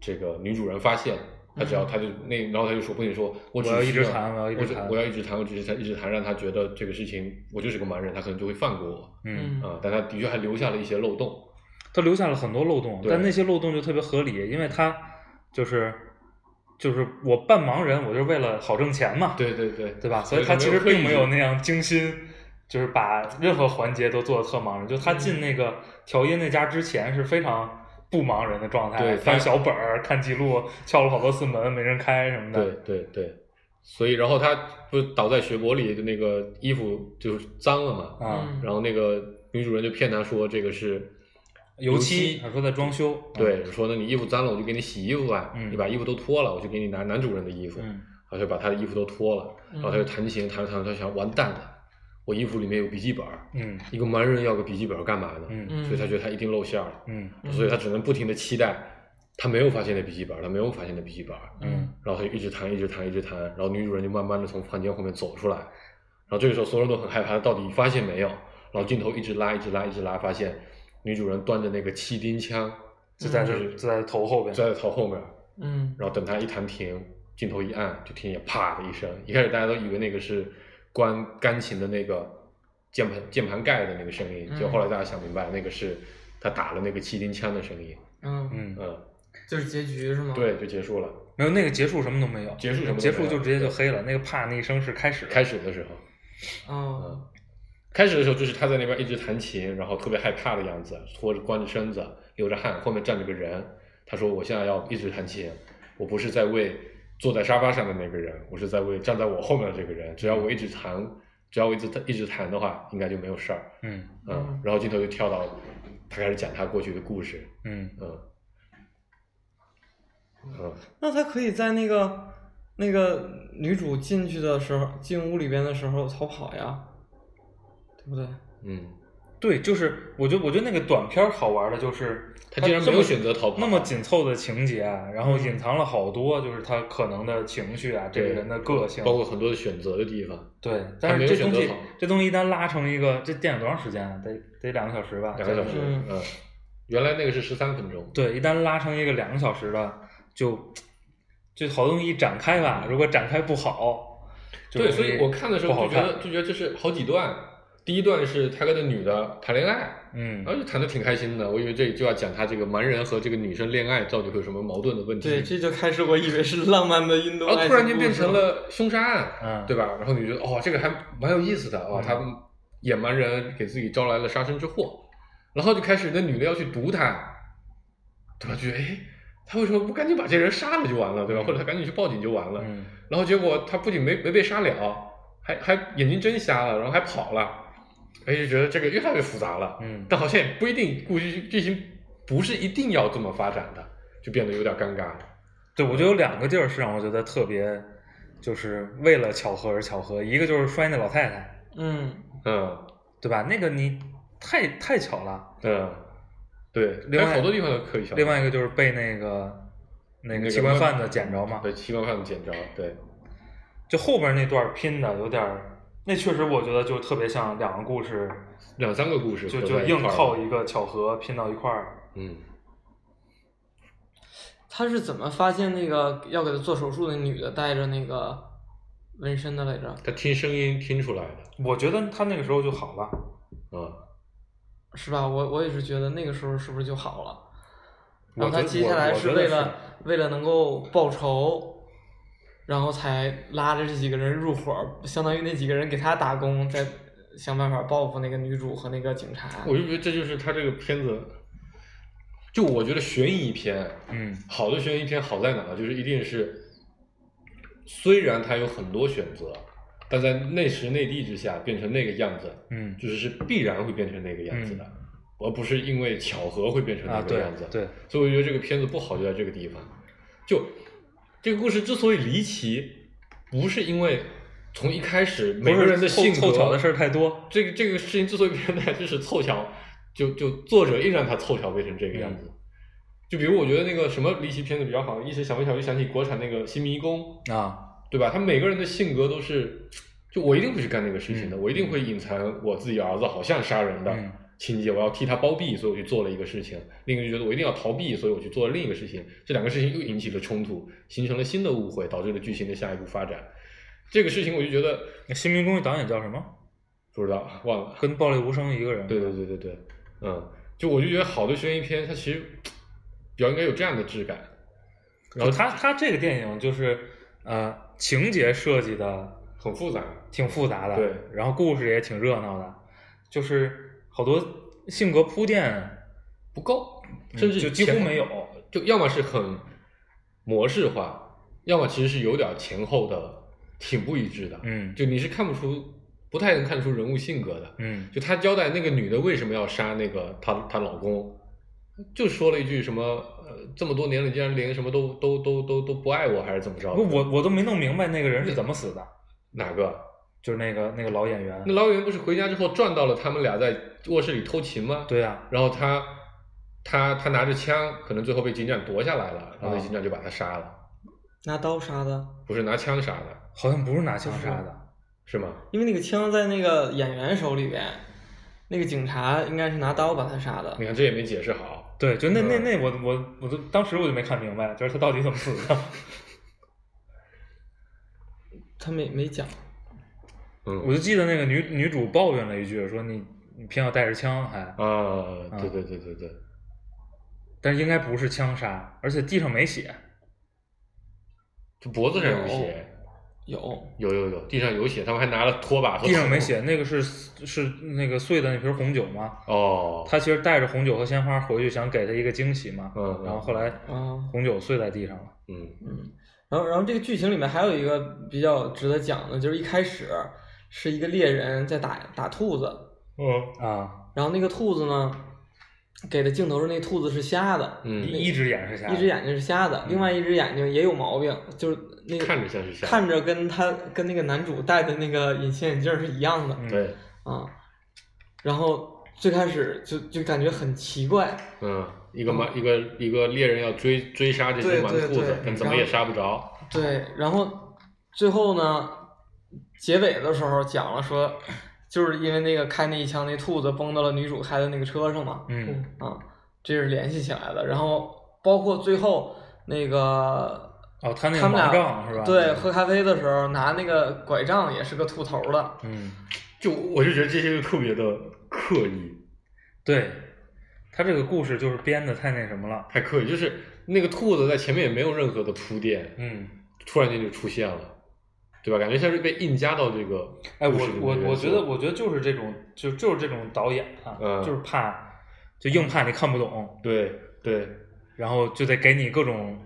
S5: 这个女主人发现。他只要他就那，然后他就说不仅说，我只
S4: 我要
S5: 需
S4: 一直弹我要一直
S5: 只
S4: 弹
S5: 我要一直弹，我只是一直弹，让他觉得这个事情我就是个盲人，他可能就会放过我
S4: 嗯。
S5: 啊、但他的确还留下了一些漏洞，
S4: 他留下了很多漏洞，
S5: 对
S4: 但那些漏洞就特别合理，因为他就是就是我扮盲人，我就是为了好挣钱嘛，
S5: 对对对
S4: 对吧？所
S5: 所
S4: 以
S5: 以
S4: 他
S5: 他没
S4: 其
S5: 有
S4: 实
S5: 刻意
S4: 并没有
S5: 去
S4: 那样精心，就是把任何环节都做的特盲人。就
S5: 嗯
S4: 他进那个调音那家之前是非常不盲人的状态，
S5: 对他
S4: 翻小本儿、看记录，敲了好多次门没人开什么的。
S5: 对对对，所以然后他不是倒在血泊里，就那个衣服就是脏了嘛，
S4: 啊，
S3: 嗯
S5: 然后那个女主人就骗他说这个是
S4: 油
S5: 漆
S4: 漆，他说在装修，
S5: 对，说那你衣服脏了，我就给你洗衣服吧，
S4: 啊嗯
S5: 你把衣服都脱了，我就给你拿男主人的衣服，
S4: 嗯，
S5: 然后就把他的衣服都脱了，
S3: 嗯
S5: 然
S4: 哦
S5: 后他就弹琴弹着弹着，他想完蛋了，我衣服里面有笔记本儿，
S4: 嗯
S5: 一个盲人要个笔记本儿干嘛呢？
S4: 嗯
S3: 嗯
S5: 所以他觉得他一定露馅儿了，
S4: 嗯
S5: 所以他只能不停的期待。他没有发现的笔记本儿，他没有发现的笔记本儿，
S4: 嗯
S5: 然后他就一直弹，一直弹，一直弹，然后女主人就慢慢的从房间后面走出来，然后这个时候所有人都很害怕，他到底发现没有？然后镜头一直拉，一直拉，一直拉，发现女主人端着那个气钉枪
S4: 就在这
S5: 嗯
S4: 就在头后边，
S5: 在头后面，
S3: 嗯
S5: 然后等他一弹停，镜头一按，就听见啪的一声，一开始大家都以为那个是关钢琴的那个键盘键盘盖的那个声音，
S3: 嗯
S5: 结果后来大家想明白，那个是他打了那个气钉枪的声音，
S3: 嗯，
S4: 嗯，
S5: 嗯，
S3: 就是结局是吗？
S5: 对，就结束了。
S4: 没有那个结束什么都没有，
S5: 结束什么都没有
S4: 结束就直接就黑了，那个啪那一声是开始，
S5: 开始的时候，
S3: 哦，
S5: 嗯，开始的时候就是他在那边一直弹琴，然后特别害怕的样子，拖着光着身子，流着汗，后面站着个人。他说：“我现在要一直弹琴，我不是在为坐在沙发上的那个人，我是在为站在我后面的这个人。只要我一直弹，只要我一直一直弹的话，应该就没有事儿。
S4: 嗯
S5: 嗯，然后镜头就跳到他开始讲他过去的故事。
S4: 嗯
S5: 嗯嗯，
S3: 那他可以在那个那个女主进去的时候，进屋里边的时候逃跑呀，对不对？
S5: 嗯，
S4: 对，就是我觉得我觉得那个短片儿好玩的就是
S5: 他竟然
S4: 这
S5: 没有
S4: 么
S5: 选择逃跑
S4: 哦那么紧凑的情节啊，
S5: 嗯
S4: 然后隐藏了好多就是他可能的情绪啊，这个
S5: 对
S4: 人的个性，
S5: 包括很多选择的地方，
S4: 对，
S5: 他
S4: 但
S5: 没
S4: 是
S5: 有
S4: 这
S5: 选
S4: 东
S5: 择
S4: 西
S5: 好
S4: 这东西一旦拉成一个，这电影多长时间啊？得得两个小时吧，
S5: 两个小
S4: 这
S5: 时。
S3: 嗯
S5: 嗯，原来那个是十三分钟。
S4: 对，一旦拉成一个两个小时的，就就好东西一展开吧，如果展开不好，就
S5: 嗯对，
S4: 容
S5: 所
S4: 易
S5: 以我看的时
S4: 不
S5: 候
S4: 好
S5: 就觉得
S4: 看
S5: 就觉得这是好几段。第一段是他跟那女的谈恋爱，
S4: 嗯
S5: 然后就谈的挺开心的，我以为这就要讲他这个男人和这个女生恋爱到底会有什么矛盾的问题。
S3: 对，这就开始我以为是浪漫的印度
S5: 然后
S3: 爱情
S5: 哦突然间
S3: 故
S5: 变
S3: 事
S5: 成了凶杀案，
S4: 嗯
S5: 对吧？然后你觉得哦，这个还蛮有意思的哦，
S4: 嗯
S5: 他野蛮人给自己招来了杀身之祸，然后就开始那女的要去毒他，对吧？觉得哎，他为什么不赶紧把这人杀了就完了，对吧？
S4: 嗯
S5: 或者他赶紧去报警就完了。
S4: 嗯
S5: 然后结果他不仅没没被杀了，还还眼睛真瞎了，然后还跑了，哎，就觉得这个越来越复杂了。
S4: 嗯
S5: 但好像也不一定，故事剧情不是一定要这么发展的，就变得有点尴尬了。
S4: 对，我觉得有两个地儿是让我觉得特别，就是为了巧合而巧合。一个就是摔那老太太，
S3: 嗯，
S5: 嗯。
S4: 对吧？那个你太太巧了。
S5: 嗯，对，
S4: 另
S5: 还有
S4: 外
S5: 好多地方都可以想。
S4: 另外一个就是被那个那
S5: 那
S4: 个
S5: 个
S4: 器官
S5: 闷
S4: 贩子捡着嘛，
S5: 对，七万块捡着，对，
S4: 就后边那段拼的有点儿，那确实我觉得就特别像两个故事，
S5: 两三个故事
S4: 就
S5: 合
S4: 就
S5: 在一
S4: 硬
S5: 块儿
S4: 靠
S5: 了
S4: 一个巧合拼到一块儿。
S5: 嗯，
S3: 他是怎么发现那个要给他做手术的女的带着那个纹身的来着？
S5: 他听声音听出来的
S4: 我觉得他那个时候就好了，
S5: 啊，
S3: 是吧？我我也是觉得那个时候是不是就好了？然
S4: 我
S3: 后他
S4: 觉
S3: 接下来
S4: 我我觉得
S3: 为
S4: 是
S3: 了为了能够报仇，然后才拉着这几个人入伙，相当于那几个人给他打工，再想办法报复那个女主和那个警察。
S5: 我就觉得这就是他这个片子，就我觉得悬疑片，
S4: 嗯
S5: 好的悬疑片好在哪？就是一定是，虽然它有很多选择，但在内时内地之下变成那个样子，
S4: 嗯
S5: 就是是必然会变成那个样子的，而不是因为巧合会变成那
S4: 啊，
S5: 个
S4: 对
S5: 样子。
S4: 对，
S5: 所以我觉得这个片子不好就在这个地方，就这个故事之所以离奇，不是因为从一开始每个
S4: 不是
S5: 人的
S4: 凑
S5: 性格
S4: 凑巧的事儿太多，
S5: 这个这个事情之所以变成那样，就是凑巧，就就作者硬让他凑巧变成这个样子。
S4: 嗯
S5: 就比如我觉得那个什么离奇片子比较好，一时想不起来，我就想起国产那个《新迷宫》，
S4: 啊，
S5: 对吧？他每个人的性格都是，就我一定会去干那个事情的，
S4: 嗯
S5: 我一定会隐藏我自己儿子好像杀人的
S4: 嗯
S5: 情节，我要替他包庇，所以我去做了一个事情；另一个就觉得我一定要逃避，所以我去做了另一个事情。这两个事情又引起了冲突，形成了新的误会，导致了剧情的下一步发展。这个事情我就觉得
S4: 那新民公寓导演叫什么？
S5: 不知道忘了，
S4: 跟暴力无声一个人。
S5: 对对对对对，嗯，就我就觉得好的悬疑片它其实比较应该有这样的质感，
S4: 然后他他这个电影就是呃情节设计的
S5: 很复杂，
S4: 挺复杂的，
S5: 对
S4: 然后故事也挺热闹的，就是好多性格铺垫，
S5: 不够，
S4: 嗯
S5: 甚至
S4: 就几乎
S5: 前
S4: 没有，
S5: 就要么是很模式化，要么其实是有点前后的挺不一致的，
S4: 嗯
S5: 就你是看不出，不太能看出人物性格的。
S4: 嗯
S5: 就她交代那个女的为什么要杀那个她她老公，就说了一句什么，呃，这么多年了，你竟然连什么都都都都都不爱我，还是怎么着的？
S4: 不我我都没弄明白那个人是怎么死的，
S5: 哪个？
S4: 就是那个那个老演员
S5: 那，老演员不是回家之后撞到了他们俩在卧室里偷情吗？
S4: 对啊呀、
S5: 然后他他他拿着枪，可能最后被警长夺下来了，然后
S4: 啊
S5: 那警长就把他杀了，
S3: 拿刀杀的，
S5: 不是拿枪杀的，
S4: 好像不是拿枪杀
S5: 啊
S4: 的，
S5: 是吗？
S3: 因为那个枪在那个演员手里边，那个警察应该是拿刀把他杀的
S5: 你。看这也没解释好，
S4: 对，就那那那我我我都当时我就没看明白，就是他到底怎么死的，
S3: 他没没讲，
S5: 嗯
S4: 我就记得那个女女主抱怨了一句，说你你偏要带着枪还，
S5: 啊，
S4: 啊
S5: 对对对对对，
S4: 但是应该不是枪杀，而且地上没血，
S5: 就脖子上有血，
S3: 有
S5: 有有有，地上有血，他们还拿了拖把和
S4: 地上
S5: 桶
S4: 没血，那个是是那个碎的那瓶红酒嘛，
S5: 哦，
S4: 他其实带着红酒和鲜花回去，想给他一个惊喜嘛，
S5: 嗯嗯
S4: 然后后来
S3: 啊。
S4: 红酒碎在地上了，
S5: 嗯
S3: 然后，然后这个剧情里面还有一个比较值得讲的，就是一开始是一个猎人在打打兔子，
S5: 嗯
S4: 啊，
S3: 然后那个兔子呢，给的镜头是那兔子是瞎的，
S4: 一
S5: 嗯，
S4: 一只眼是瞎的，
S3: 一只眼睛是瞎的，另外一只眼睛也有毛病，就是那个
S5: 看着像是瞎的
S3: 看着跟他跟那个男主戴的那个隐形眼镜儿是一样的，
S4: 嗯
S5: 对，
S3: 啊，然后最开始就就感觉很奇怪，
S5: 嗯，一个蛮一个一个猎人要追追杀这
S3: 对
S5: 些蛮
S3: 对
S5: 兔子
S3: 对，
S5: 但怎么也杀不着。
S3: 对，然后最后呢，结尾的时候讲了说，就是因为那个开那一枪那兔子崩到了女主开的那个车上嘛，
S4: 嗯，
S3: 啊，这是联系起来的，然后包括最后那个。
S4: 哦，他那个
S3: 他们俩
S4: 盲杖是吧？
S3: 对，喝咖啡的时候拿那个拐杖也是个秃头的，
S4: 嗯，
S5: 就我就觉得这些就特别的刻意，
S4: 对，他这个故事就是编的太那什么了，
S5: 太刻意，就是那个兔子在前面也没有任何的铺垫，
S4: 嗯，
S5: 突然间就出现了，对吧？感觉像是被硬加到这个
S4: 哎，我
S5: 故事里面
S4: 我
S5: 去
S4: 我觉
S5: 了
S4: 得我觉得就是这种就就是这种导演啊，
S5: 嗯
S4: 就是怕就硬怕你看不懂，
S5: 对对
S4: 然后就得给你各种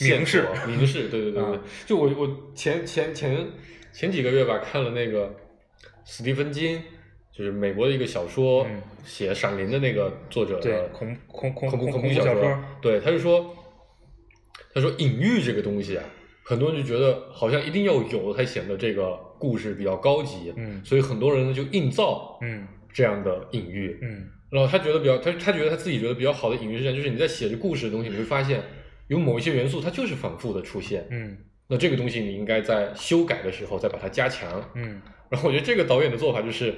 S4: 明示，
S5: 线索明示，对对对对
S4: 嗯，
S5: 就我我前前前前几个月吧看了那个史蒂芬金，就是美国的一个小说
S4: 嗯
S5: 写《闪灵》的那个作者，
S4: 对，恐恐呃恐
S5: 恐怖
S4: 恐
S5: 怖
S4: 怖
S5: 小
S4: 小说，
S5: 对，他就说，他说隐喻这个东西啊，很多人就觉得好像一定要有才显得这个故事比较高级，
S4: 嗯
S5: 所以很多人呢就硬造
S4: 嗯
S5: 这样的隐喻，
S4: 嗯
S5: 然后他觉得比较，他他觉得他自己觉得比较好的隐喻是这样，就是你在写着故事的东西，你会发现有某一些元素它就是反复的出现，
S4: 嗯
S5: 那这个东西你应该在修改的时候再把它加强。
S4: 嗯，
S5: 然后我觉得这个导演的做法就是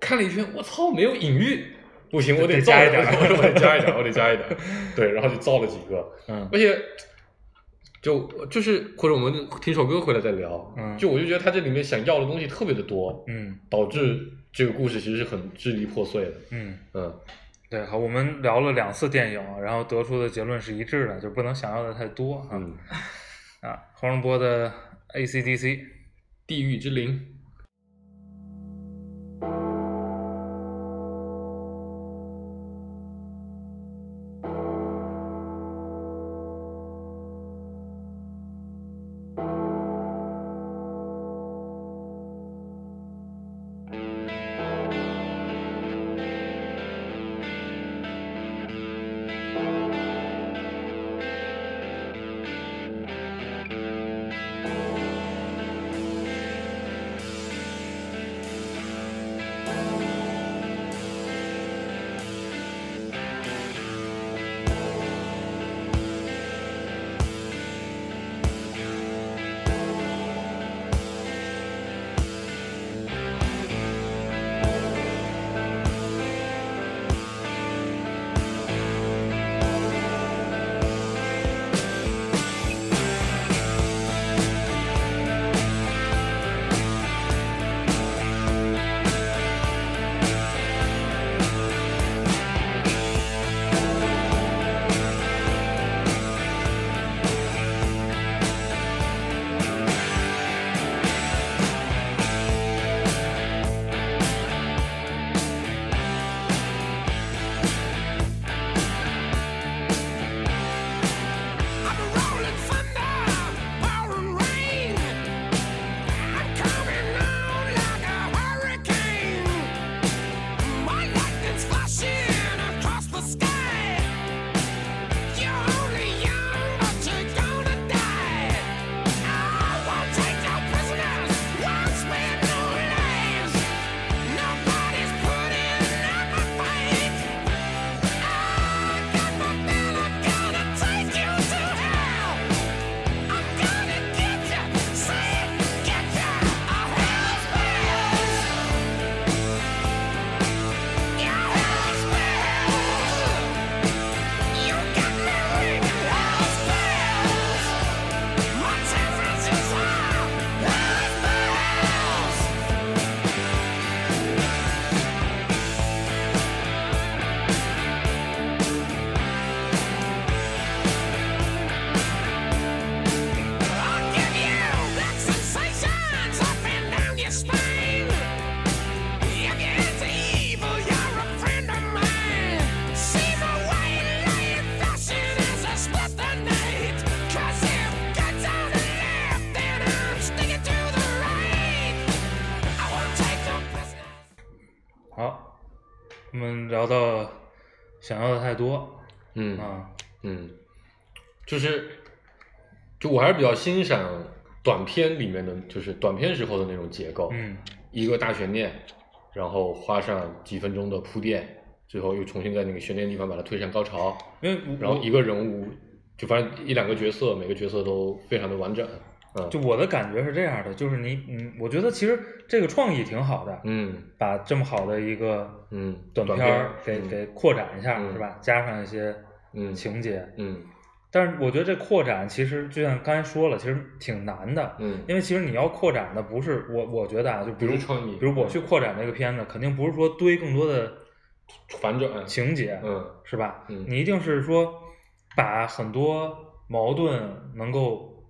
S5: 看了一圈，我操，没有隐喻，不行，我
S4: 得
S5: 造
S4: 加一点
S5: 我得我得加一点，我得加一点，对，然后就造了几个，
S4: 嗯
S5: 而且就就是或者我们听首歌回来再聊，
S4: 嗯
S5: 就我就觉得他这里面想要的东西特别的多，
S4: 嗯
S5: 导致这个故事其实是很支离破碎的，
S4: 嗯，
S5: 嗯，
S4: 对，好，我们聊了两次电影，然后得出的结论是一致的，就不能想要的太多啊、
S5: 嗯，
S4: 啊，黄仁波的 AC/DC。
S5: 地狱之灵。
S6: 我
S4: 好，我们聊到想要的太多
S5: 嗯
S4: 啊，
S5: 嗯，就是，就我还是比较欣赏短片里面的，就是短片时候的那种结构，
S4: 嗯
S5: 一个大悬念，然后花上几分钟的铺垫，最后又重新在那个悬念地方把它推向高潮，
S4: 因为我
S5: 然后一个人物就反正一两个角色，每个角色都非常的完整，嗯，
S4: 就我的感觉是这样的，就是你嗯，我觉得其实这个创意挺好的，
S5: 嗯
S4: 把这么好的一个
S5: 嗯，
S4: 短片
S5: 片
S4: 儿给
S5: 嗯
S4: 给扩展一下、
S5: 嗯
S4: 是吧？加上一些
S5: 嗯
S4: 情节，
S5: 嗯
S4: 但是我觉得这扩展其实就像刚才说了，其实挺难的，
S5: 嗯，
S4: 因为其实你要扩展的不是我，我觉得啊，就比
S5: 不
S4: 如
S5: 是创意
S4: 比如我去扩展这个片子，肯定不是说堆更多的
S5: 反转，
S4: 情节，
S5: 嗯
S4: 是吧？
S5: 嗯
S4: 你一定是说把很多矛盾能够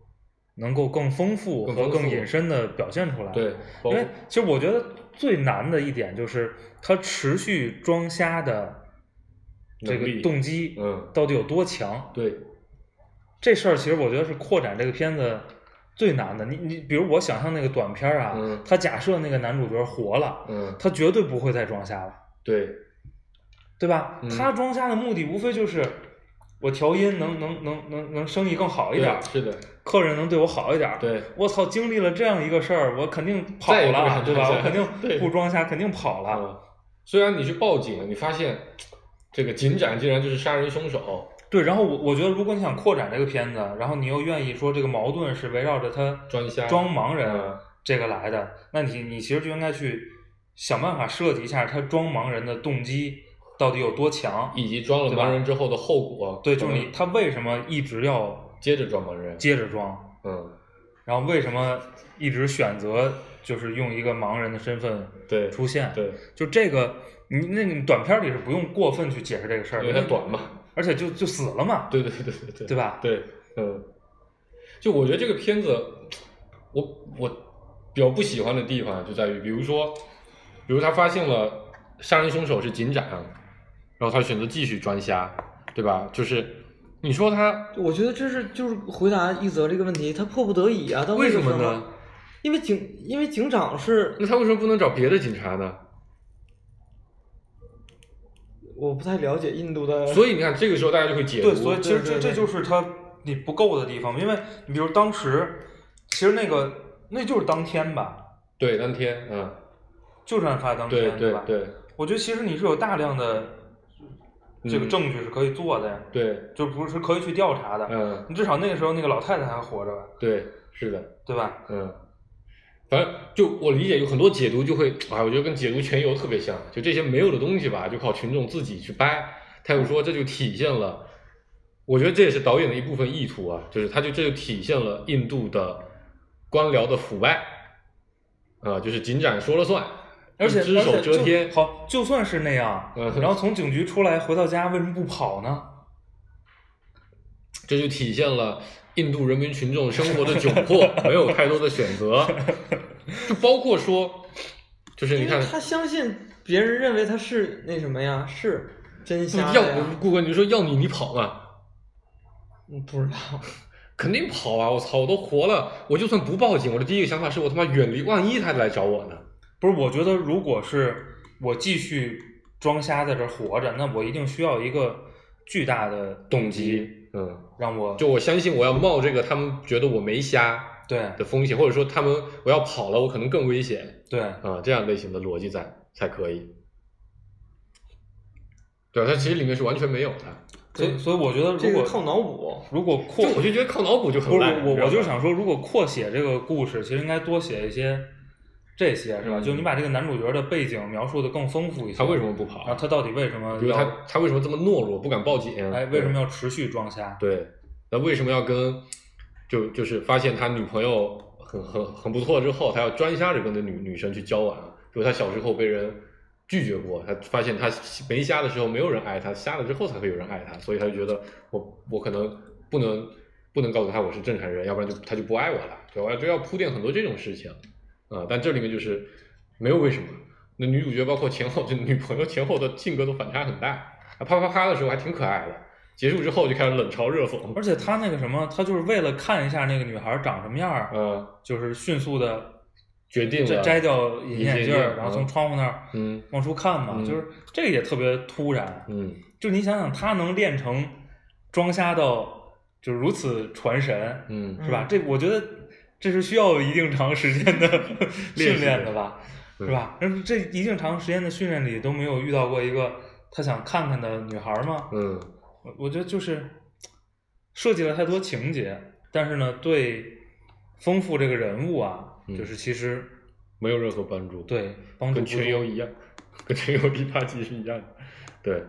S4: 能够更丰富
S5: 更
S4: 和
S5: 丰富
S4: 更引申的表现出来。，
S5: 对，
S4: 因
S5: 包括
S4: 为其实我觉得最难的一点就是它持续装瞎的这
S5: 能
S4: 个
S5: 力
S4: 动机
S5: 嗯
S4: 到底有多强？
S5: 对，
S4: 这事儿其实我觉得是扩展这个片子最难的。你你比如我想象那个短片儿啊，
S5: 嗯
S4: 他假设那个男主角活了，
S5: 嗯
S4: 他绝对不会再装瞎了，
S5: 对，
S4: 对吧？
S5: 嗯
S4: 他装瞎的目的无非就是我调音能能能能能生意更好一点儿
S5: 对，是的，
S4: 客人能对我好一点儿。
S5: 对
S4: 我操，经历了这样一个事儿，我肯定跑
S5: 再也不
S4: 了，
S5: 敢
S4: 对吧？
S5: 装瞎
S4: 我肯定
S5: 对
S4: 不装瞎，肯定跑了。
S5: 嗯，虽然你去报警，你发现这个警长竟然就是杀人凶手，
S4: 对，然后我我觉得，如果你想扩展这个片子，然后你又愿意说这个矛盾是围绕着他
S5: 装瞎，
S4: 装盲人
S5: 嗯
S4: 这个来的，那你你其实就应该去想办法设计一下他装盲人的动机到底有多强。
S5: 以及装了
S4: 对吧
S5: 盲人之后的后果，嗯
S4: 对，就是
S5: 可能
S4: 你他为什么一直要
S5: 接着装盲人，
S4: 接着装，
S5: 嗯，
S4: 然后为什么一直选择就是用一个盲人的身份
S5: 对，
S4: 出现？，
S5: 对，
S4: 就这个你那你短片里是不用过分去解释这个事儿，
S5: 因为它短，嘛，
S4: 而且就就死了嘛，
S5: 对对对对对
S4: 对吧？
S5: 对，嗯，就我觉得这个片子，我我比较不喜欢的地方就在于，比如说，比如他发现了杀人凶手是警长，然后他选择继续装瞎，对吧？就是你说他
S3: 我觉得这是就是回答一泽这个问题，他迫不得已啊，他
S5: 为
S3: 什
S5: 什么
S3: 呢？
S5: 呢？
S3: 因为警因为警长是
S5: 那他为什么不能找别的警察呢？
S3: 我不太了解印度的，
S5: 所以你看，这个时候大家就会解读，
S4: 对，所以其
S3: 对
S4: 实这
S3: 对
S4: 这
S3: 对
S4: 就是他你不够的地方，因为你比如当时，其实那个那就是当天吧，
S5: 对当天，嗯，
S4: 就是案发当天，
S5: 对对
S4: 吧？
S5: 对
S4: 我觉得其实你是有大量的这个
S5: 嗯
S4: 证据是可以做的呀，
S5: 对，
S4: 就不是可以去调查的。
S5: 嗯，
S4: 你至少那个时候那个老太太还活着吧，
S5: 对，是的，
S4: 对吧？
S5: 嗯，反正就我理解，有很多解读就会，啊，我觉得跟解读全游特别像，就这些没有的东西吧，就靠群众自己去掰。他又说这就体现了，我觉得这也是导演的一部分意图啊，就是他就这就体现了印度的官僚的腐败，啊、就是警长说了算，
S4: 而且
S5: 一只手遮天
S4: 而且就，好，就算是那样，
S5: 嗯
S4: 然后从警局出来回到家，为什么不跑呢？
S5: 这就体现了印度人民群众生活的 窘迫，没有太多的选择，就包括说，就是你
S3: 因
S5: 看
S3: 为他相信别人认为他是那什么呀，是真瞎
S5: 要
S3: 的呀，
S5: 顾哥，你说要你你跑吗？
S3: 嗯不知道，
S5: 肯定跑啊！我操，我都活了，我就算不报警，我的第一个想法是我他妈远离，万一他来找我呢？
S4: 不是，我觉得如果是我继续装瞎在这儿活着，那我一定需要一个巨大的动机，
S5: 嗯，
S4: 让我
S5: 就我相信我要冒这个他们觉得我没瞎
S4: 对
S5: 的风险，或者说他们我要跑了，我可能更危险
S4: 对
S5: 啊、这样类型的逻辑在才可以。对，啊它其实里面是完全没有的，
S4: 所以所以我觉得
S3: 这
S4: 如
S3: 个
S4: 果
S3: 靠脑补，
S4: 如果扩
S5: 就我就觉得靠脑补就
S4: 不
S5: 很
S4: 是
S5: 烂。
S4: 我，
S5: 你知
S4: 我
S5: 道
S4: 我就
S5: 吧
S4: 是想说，如果扩写这个故事，其实应该多写一些这些，是吧？
S5: 嗯
S4: 就你把这个男主角的背景描述的更丰富一些。
S5: 他为什么不跑
S4: 啊？他到底为什么要？
S5: 比如他他为什么这么懦弱，不敢报警？
S4: 哎，为什么要持续装瞎？
S5: 对，那为什么要跟就就是发现他女朋友很很很不错之后，他要专瞎着跟那女女生去交往？比如他小时候被人拒绝过，他发现他没瞎的时候没有人爱他，瞎了之后才会有人爱他，所以他就觉得我我可能不能不能告诉他我是正常人，要不然就他就不爱我了。对，我要就要铺垫很多这种事情啊、但这里面就是没有为什么。那女主角包括前后，就女朋友前后的性格都反差很大，啊啪啪啪的时候还挺可爱的，结束之后就开始冷嘲热讽，
S4: 而且他那个什么，他就是为了看一下那个女孩长什么样儿，
S5: 嗯
S4: 就是迅速的
S5: 决定
S4: 摘
S5: 了
S4: 摘掉隐形眼镜儿，
S5: 嗯
S4: 然后从窗户那儿
S5: 嗯
S4: 往出看嘛，
S5: 嗯
S4: 就是这个也特别突然。
S5: 嗯
S4: 就你想想，他能练成装瞎到就如此传神，
S5: 嗯
S4: 是吧
S3: 嗯？
S4: 这我觉得这是需要一定长时间 的训练的吧，
S5: 对
S4: 是吧？但是这一定长时间的训练里都没有遇到过一个他想看看的女孩吗？
S5: 嗯
S4: 我我觉得就是设计了太多情节，但是呢，对丰富这个人物啊，
S5: 嗯
S4: 就是其实
S5: 没有任何帮助，，
S4: 对帮助
S5: 跟
S4: 不多
S5: 全游一样，跟全游第八集是一样的，对。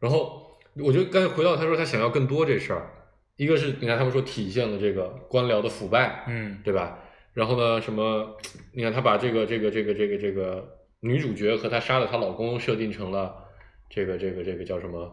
S5: 然后我觉得刚才回到他说他想要更多这事儿，一个是你看他们说体现了这个官僚的腐败，
S4: 嗯
S5: 对吧？然后呢，什么？你看他把这个这个这个这个这个女主角和她杀了她老公设定成了这个这个这个叫什么？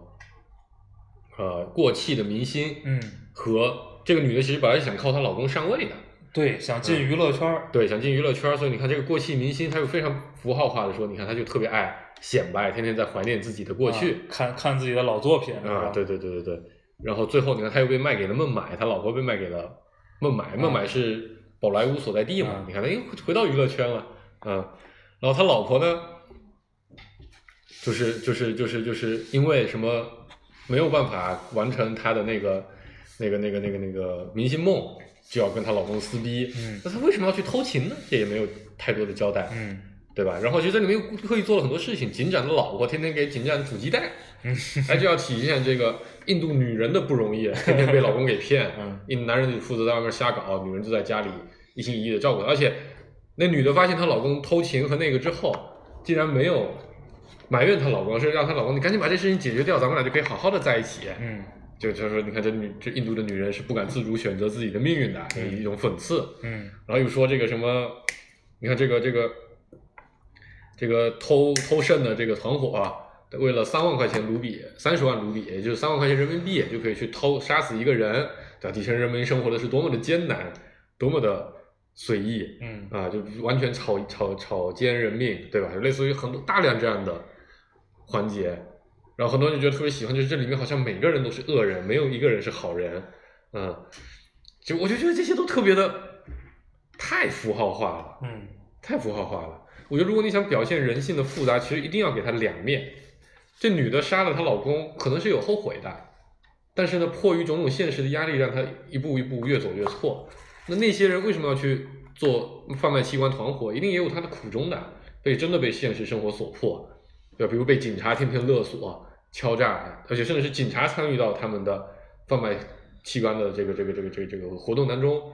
S5: 呃，过气的明星，
S4: 嗯，
S5: 和这个女的其实本来是想靠她老公上位的，
S4: 对，想
S5: 嗯
S4: 进娱乐圈儿，
S5: 对，想进娱乐圈，所以你看这个过气明星，他又非常符号化的说，你看他就特别爱显摆，天天在怀念自己的过去
S4: 啊看看自己的老作品是吧
S5: 啊，对对对对对。然后最后你看他又被卖给了孟买，他老婆被卖给了孟买，孟
S4: 啊
S5: 买是宝莱坞所在地嘛，
S4: 嗯
S5: 你看他又哎回到娱乐圈了，嗯，然后他老婆呢，就是就是就是就是因为什么没有办法完成她的那个那个那个那个那个明星梦，就要跟她老公撕逼，
S4: 嗯
S5: 那她为什么要去偷情呢？这也没有太多的交代，
S4: 嗯
S5: 对吧？然后其实这里面又刻意做了很多事情，警长的老婆天天给警长煮鸡蛋，
S4: 嗯
S5: 哎，就要体现这个印度女人的不容易，天天被老公 给骗，
S4: 嗯
S5: 印度男人就负责在外面瞎搞，女人就在家里一心一意的照顾她，而且那女的发现她老公偷情和那个之后，竟然没有埋怨她老公，是让她老公你赶紧把这事情解决掉，咱们俩就可以好好的在一起，
S4: 嗯
S5: 就就是说，你看这女这印度的女人是不敢自主选择自己的命运的，这是一种讽刺。
S4: 嗯
S5: 然后又说这个什么，你看这个这个这个偷偷肾的这个团伙、啊，为了三万块钱卢比，三十万卢比，也就是三万块钱人民币，就可以去偷杀死一个人，对吧？底层人民生活的是多么的艰难，多么的随意
S4: 嗯
S5: 啊，就完全草草草菅人命，对吧？就类似于很多大量这样的环节，然后很多人就觉得特别喜欢，就是这里面好像每个人都是恶人，没有一个人是好人，嗯，就我就觉得这些都特别的太符号化了。
S4: 嗯
S5: 太符号化了。我觉得如果你想表现人性的复杂，其实一定要给它两面。这女的杀了她老公，可能是有后悔的，但是呢，迫于种种现实的压力，让她一步一步越走越错。那那些人为什么要去做贩卖器官团伙？一定也有他的苦衷的，被真的被现实生活所迫，对吧？比如被警察天天勒索、敲诈，而且甚至是警察参与到他们的贩卖器官的这个这个这个这个这个活动当中，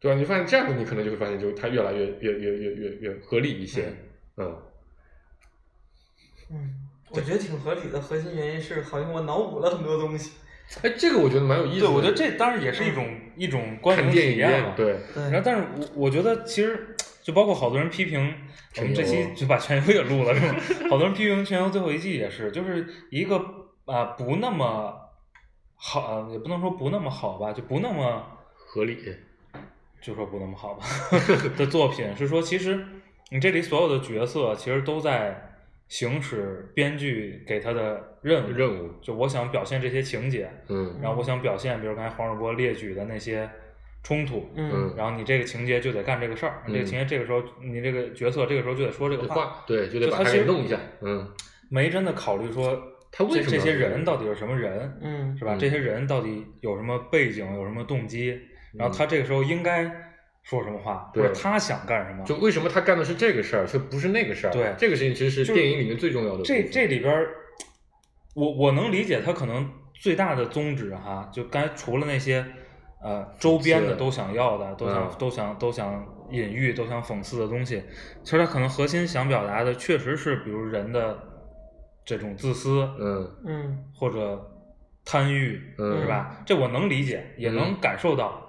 S5: 对吧？你发现这样子，你可能就会发现，就它越来越越越越越越合理一些，嗯
S3: 嗯，我觉得挺合理的。核心原因是，好像我脑补了很多东西。
S5: 哎，这个我觉得蛮有意思的。嗯
S4: 对，我觉得这当然也是一种一种观
S5: 看
S4: 影
S5: 电影
S4: 体验
S5: 院
S4: 了。，
S5: 对，
S4: 然后，但是我我觉得其实就包括好多人批评我们这
S5: 啊
S4: 期就把全游也录了，是吧？好多人批评全游最后一季也是，就是一个啊、不那么好、啊也不能说不那么好吧，就不那么
S5: 合理，
S4: 就说不那么好 吧的作品，是说其实你这里所有的角色其实都在行使编剧给他的任务，
S5: 任务
S4: 就我想表现这些情节，
S5: 嗯
S4: 然后我想表现，比如刚才黄主播列举的那些冲突，
S5: 嗯，
S4: 然后你这个情节就得干这个事儿，
S5: 嗯
S4: 这个情节这个时候你这个角色这个时候就得说这个
S5: 对
S4: 话，
S5: 话，对，就得
S4: 就
S5: 把
S4: 他
S5: 它
S4: 其
S5: 给
S4: 实
S5: 弄一下，嗯，
S4: 没真的考虑说
S5: 他为
S4: 这
S5: 什么
S4: 这
S5: 要
S4: 些
S5: 这样
S4: 人到底是什么人，
S3: 嗯
S4: 是吧？
S5: 嗯
S4: 这些人到底有什么背景，有什么动机？然后他这个时候应该说什么话，或
S5: 嗯对
S4: 者他想干什么？
S5: 就为什么他干的是这个事儿，却不是那个事儿？
S4: 对
S5: 这个事情其实是
S4: 就是
S5: 电影里面最重要的部
S4: 这
S5: 分。
S4: 这里边儿，我我能理解他可能最大的宗旨哈，就刚才除了那些呃周边的
S5: 是
S4: 都想要的，都想、
S5: 嗯
S4: 都想都想隐喻、都想讽刺的东西，其实他可能核心想表达的确实是，比如人的这种自私、
S5: 嗯
S3: 嗯
S4: 或者贪欲，
S5: 嗯
S4: 是吧？这我能理解，也能感受到。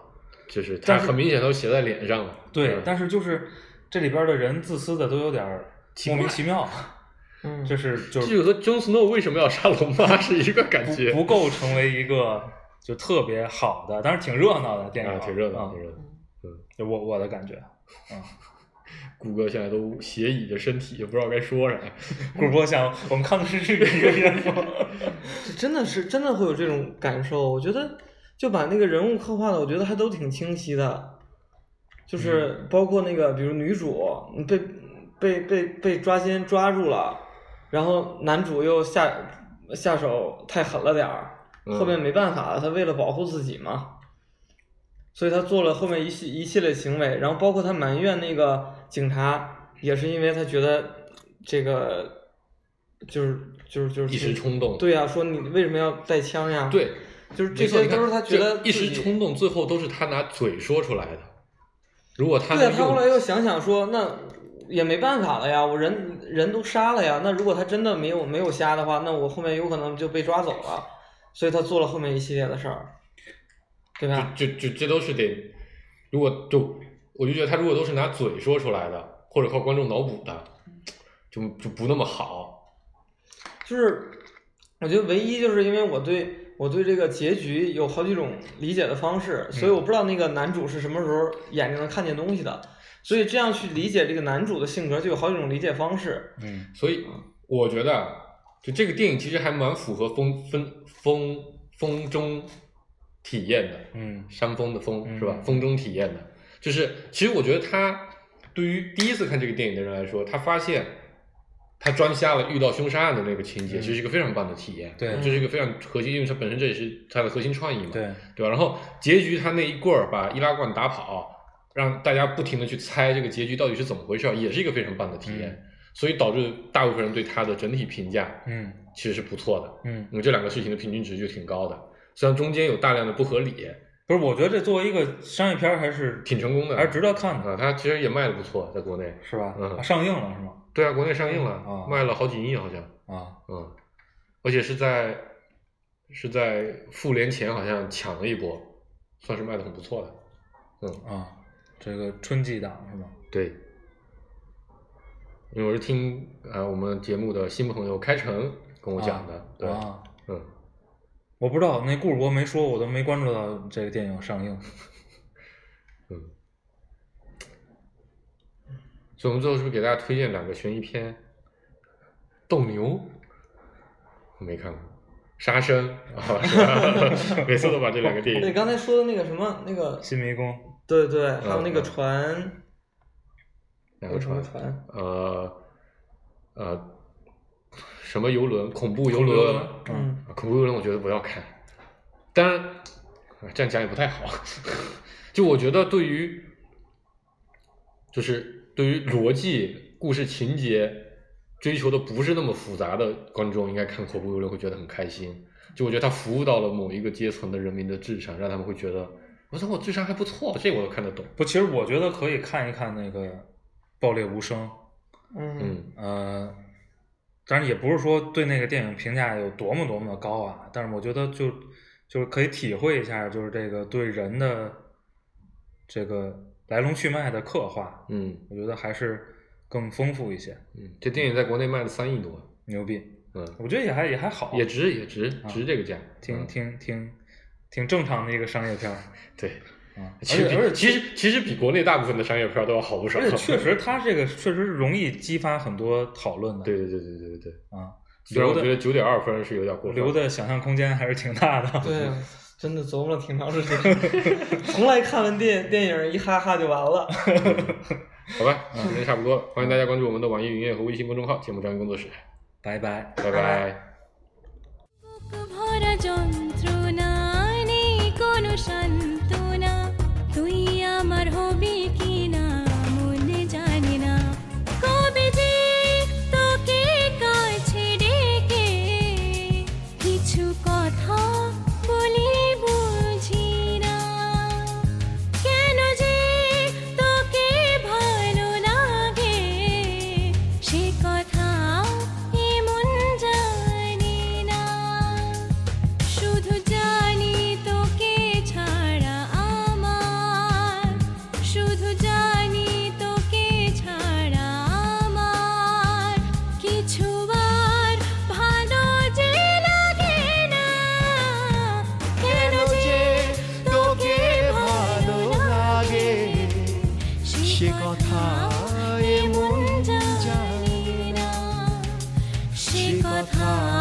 S5: 就是他
S4: 但是
S5: 很明显都写在脸上了。
S4: 对，
S5: 嗯
S4: 但是就是这里边的人自私的都有点儿莫名其妙，
S3: 嗯，
S4: 就是就是
S5: 这就和 Jon Snow 为什么要杀龙妈是一个感觉。
S4: 不不够成为一个就特别好的，当然挺热闹的电影，
S5: 啊，挺热闹，
S4: 嗯
S5: 挺热闹。
S4: 就我我的感觉，嗯，
S5: 谷歌现在都斜倚着身体，也不知道该说啥。
S4: 顾波想，我们看的是这个一个片子，
S3: 这真的是真的会有这种感受。我觉得就把那个人物刻画的，我觉得还都挺清晰的。就是
S5: 嗯
S3: 包括那个，比如女主被被被被抓奸抓住了，然后男主又下下手太狠了点儿，
S5: 嗯
S3: 后面没办法了，他为了保护自己嘛，所以他做了后面一系一系列行为，然后包括他埋怨那个警察，也是因为他觉得这个就是就是就是
S5: 一时冲动。
S3: 对呀、啊说你为什么要带枪呀？，
S5: 对，
S3: 就是这
S5: 没错
S3: 些
S5: 你看
S3: 都是他觉得
S5: 这一时
S3: 自己
S5: 冲动，最后都是他拿嘴说出来的。如果他
S3: 对呀、啊
S5: 能
S3: 他
S5: 用
S3: 后来又想想说，那也没办法了呀，我人人都杀了呀，那如果他真的没有没有瞎的话，那我后面有可能就被抓走了，所以他做了后面一系列的事儿，对吧？
S5: 就就这都是得，如果就我就觉得他如果都是拿嘴说出来的，或者靠观众脑补的，就就不那么好。
S3: 就是我觉得唯一就是因为我对我对这个结局有好几种理解的方式，
S5: 嗯
S3: 所以我不知道那个男主是什么时候眼睛能看见东西的，所以这样去理解这个男主的性格就有好几种理解方式。
S4: 嗯，
S5: 所以我觉得啊，就这个电影其实还蛮符合风风风风中体验的，
S4: 嗯
S5: 山峰的峰、
S4: 嗯
S5: 是吧？风中体验的，就是其实我觉得他对于第一次看这个电影的人来说，他发现他专瞎了遇到凶杀案的那个情节，
S4: 嗯
S5: 其实是一个非常棒的体验。
S4: 对
S5: 这是一个非常核心，因为它本身这也是它的核心创意嘛。
S4: 对，
S5: 对吧？然后结局他那一棍儿把易拉罐打跑，让大家不停的去猜这个结局到底是怎么回事儿，也是一个非常棒的体验。
S4: 嗯
S5: 所以导致大部分人对他的整体评价
S4: 嗯
S5: 其实是不错的。
S4: 嗯，
S5: 那么这两个事情的平均值就挺高的，虽然中间有大量的不合理，
S4: 不是，我觉得这作为一个商业片儿还是
S5: 挺成功的，
S4: 还是值得看的，
S5: 啊。它其实也卖的不错，在国内。
S4: 是吧？
S5: 嗯
S4: 啊上映了是吗？
S5: 对啊，国内上映了，
S4: 啊
S5: 卖了好几亿好像，
S4: 啊，
S5: 嗯，而且是在是在复联前好像抢了一波，算是卖的很不错的。
S4: 啊，这个春季档是吗？
S5: 对，因为我是听啊、呃我们节目的新朋友开成跟我讲的，对，
S4: 啊，
S5: 嗯，
S4: 我不知道那顾主播没说，我都没关注到这个电影上映。
S5: 所以我们最后是不是给大家推荐两个悬疑片？斗牛，我没看过，杀生啊，是吧 每次都把这两个电
S3: 哦 对，
S5: 影，
S3: 刚才说的那个什么那个，
S4: 新迷宫，
S3: 对对，还有那个
S5: 嗯
S3: 船，
S5: 两
S3: 有
S5: 个
S3: 什么
S5: 船，
S3: 船？
S5: 呃呃，什么游轮，恐怖游
S4: 恐怖游
S5: 轮
S4: 轮，
S3: 嗯，
S5: 啊恐怖游轮我觉得不要看，当然啊这样讲也不太好。 就我觉得对于，就是对于逻辑、故事情节追求的不是那么复杂的观众，应该看恐怖游轮会觉得很开心。就我觉得它服务到了某一个阶层的人民的智商，让他们会觉得，我操，我智商还不错，这我都看得懂。
S4: 不，其实我觉得可以看一看那个《爆裂无声》。
S3: 嗯，
S5: 嗯
S4: 呃，当然也不是说对那个电影评价有多么多么的高啊，但是我觉得就就是可以体会一下，就是这个对人的这个来龙去脉的刻画，
S5: 嗯
S4: 我觉得还是更丰富一些，
S5: 嗯，这电影在国内卖了三亿多，
S4: 牛逼，
S5: 嗯，
S4: 我觉得也还也还好，
S5: 也值也值
S4: 啊
S5: 值这个价，
S4: 挺
S5: 嗯
S4: 挺挺挺正常的一个商业 片儿
S5: 对。
S4: 啊，而
S5: 其实
S4: 且而
S5: 比
S4: 且
S5: 其实其实比国内大部分的商业片儿都要好不少。
S4: 而且确实，它这个确实容易激发很多讨论的，
S5: 对对对对对对对。
S4: 啊，
S5: 虽然
S4: 留
S5: 我觉得
S4: 的
S5: 九点二分是有点过分。
S4: 留的想象空间还是挺大的，
S3: 对，真的琢磨了挺长时间， 从来看完电电影一哈哈就完了。
S5: 好吧，时间差不多了，欢迎大家关注我们的网易云音乐和微信公众号“节目专业工作室
S4: 拜拜”，。
S5: 拜拜。
S7: ভরা যন্ত্রণায় নেই কোনো সান্ত্বনা তুই আমার হবি কিনা মনে জানি না কবে যে তোকে কাছে ডেকে কিছু কথা বলি বুঝি না কেন যে তোকে ভালো লাগে সে কথা এমন জানি না শুধু জানি তোকে ছাড়া আমার শুধু জানি তোকে ছাড়া আমার কিছু আর ভালো যে লাগে না কেন যে তোকে ভালো লাগে সে কথা এমন জানি না সে কথা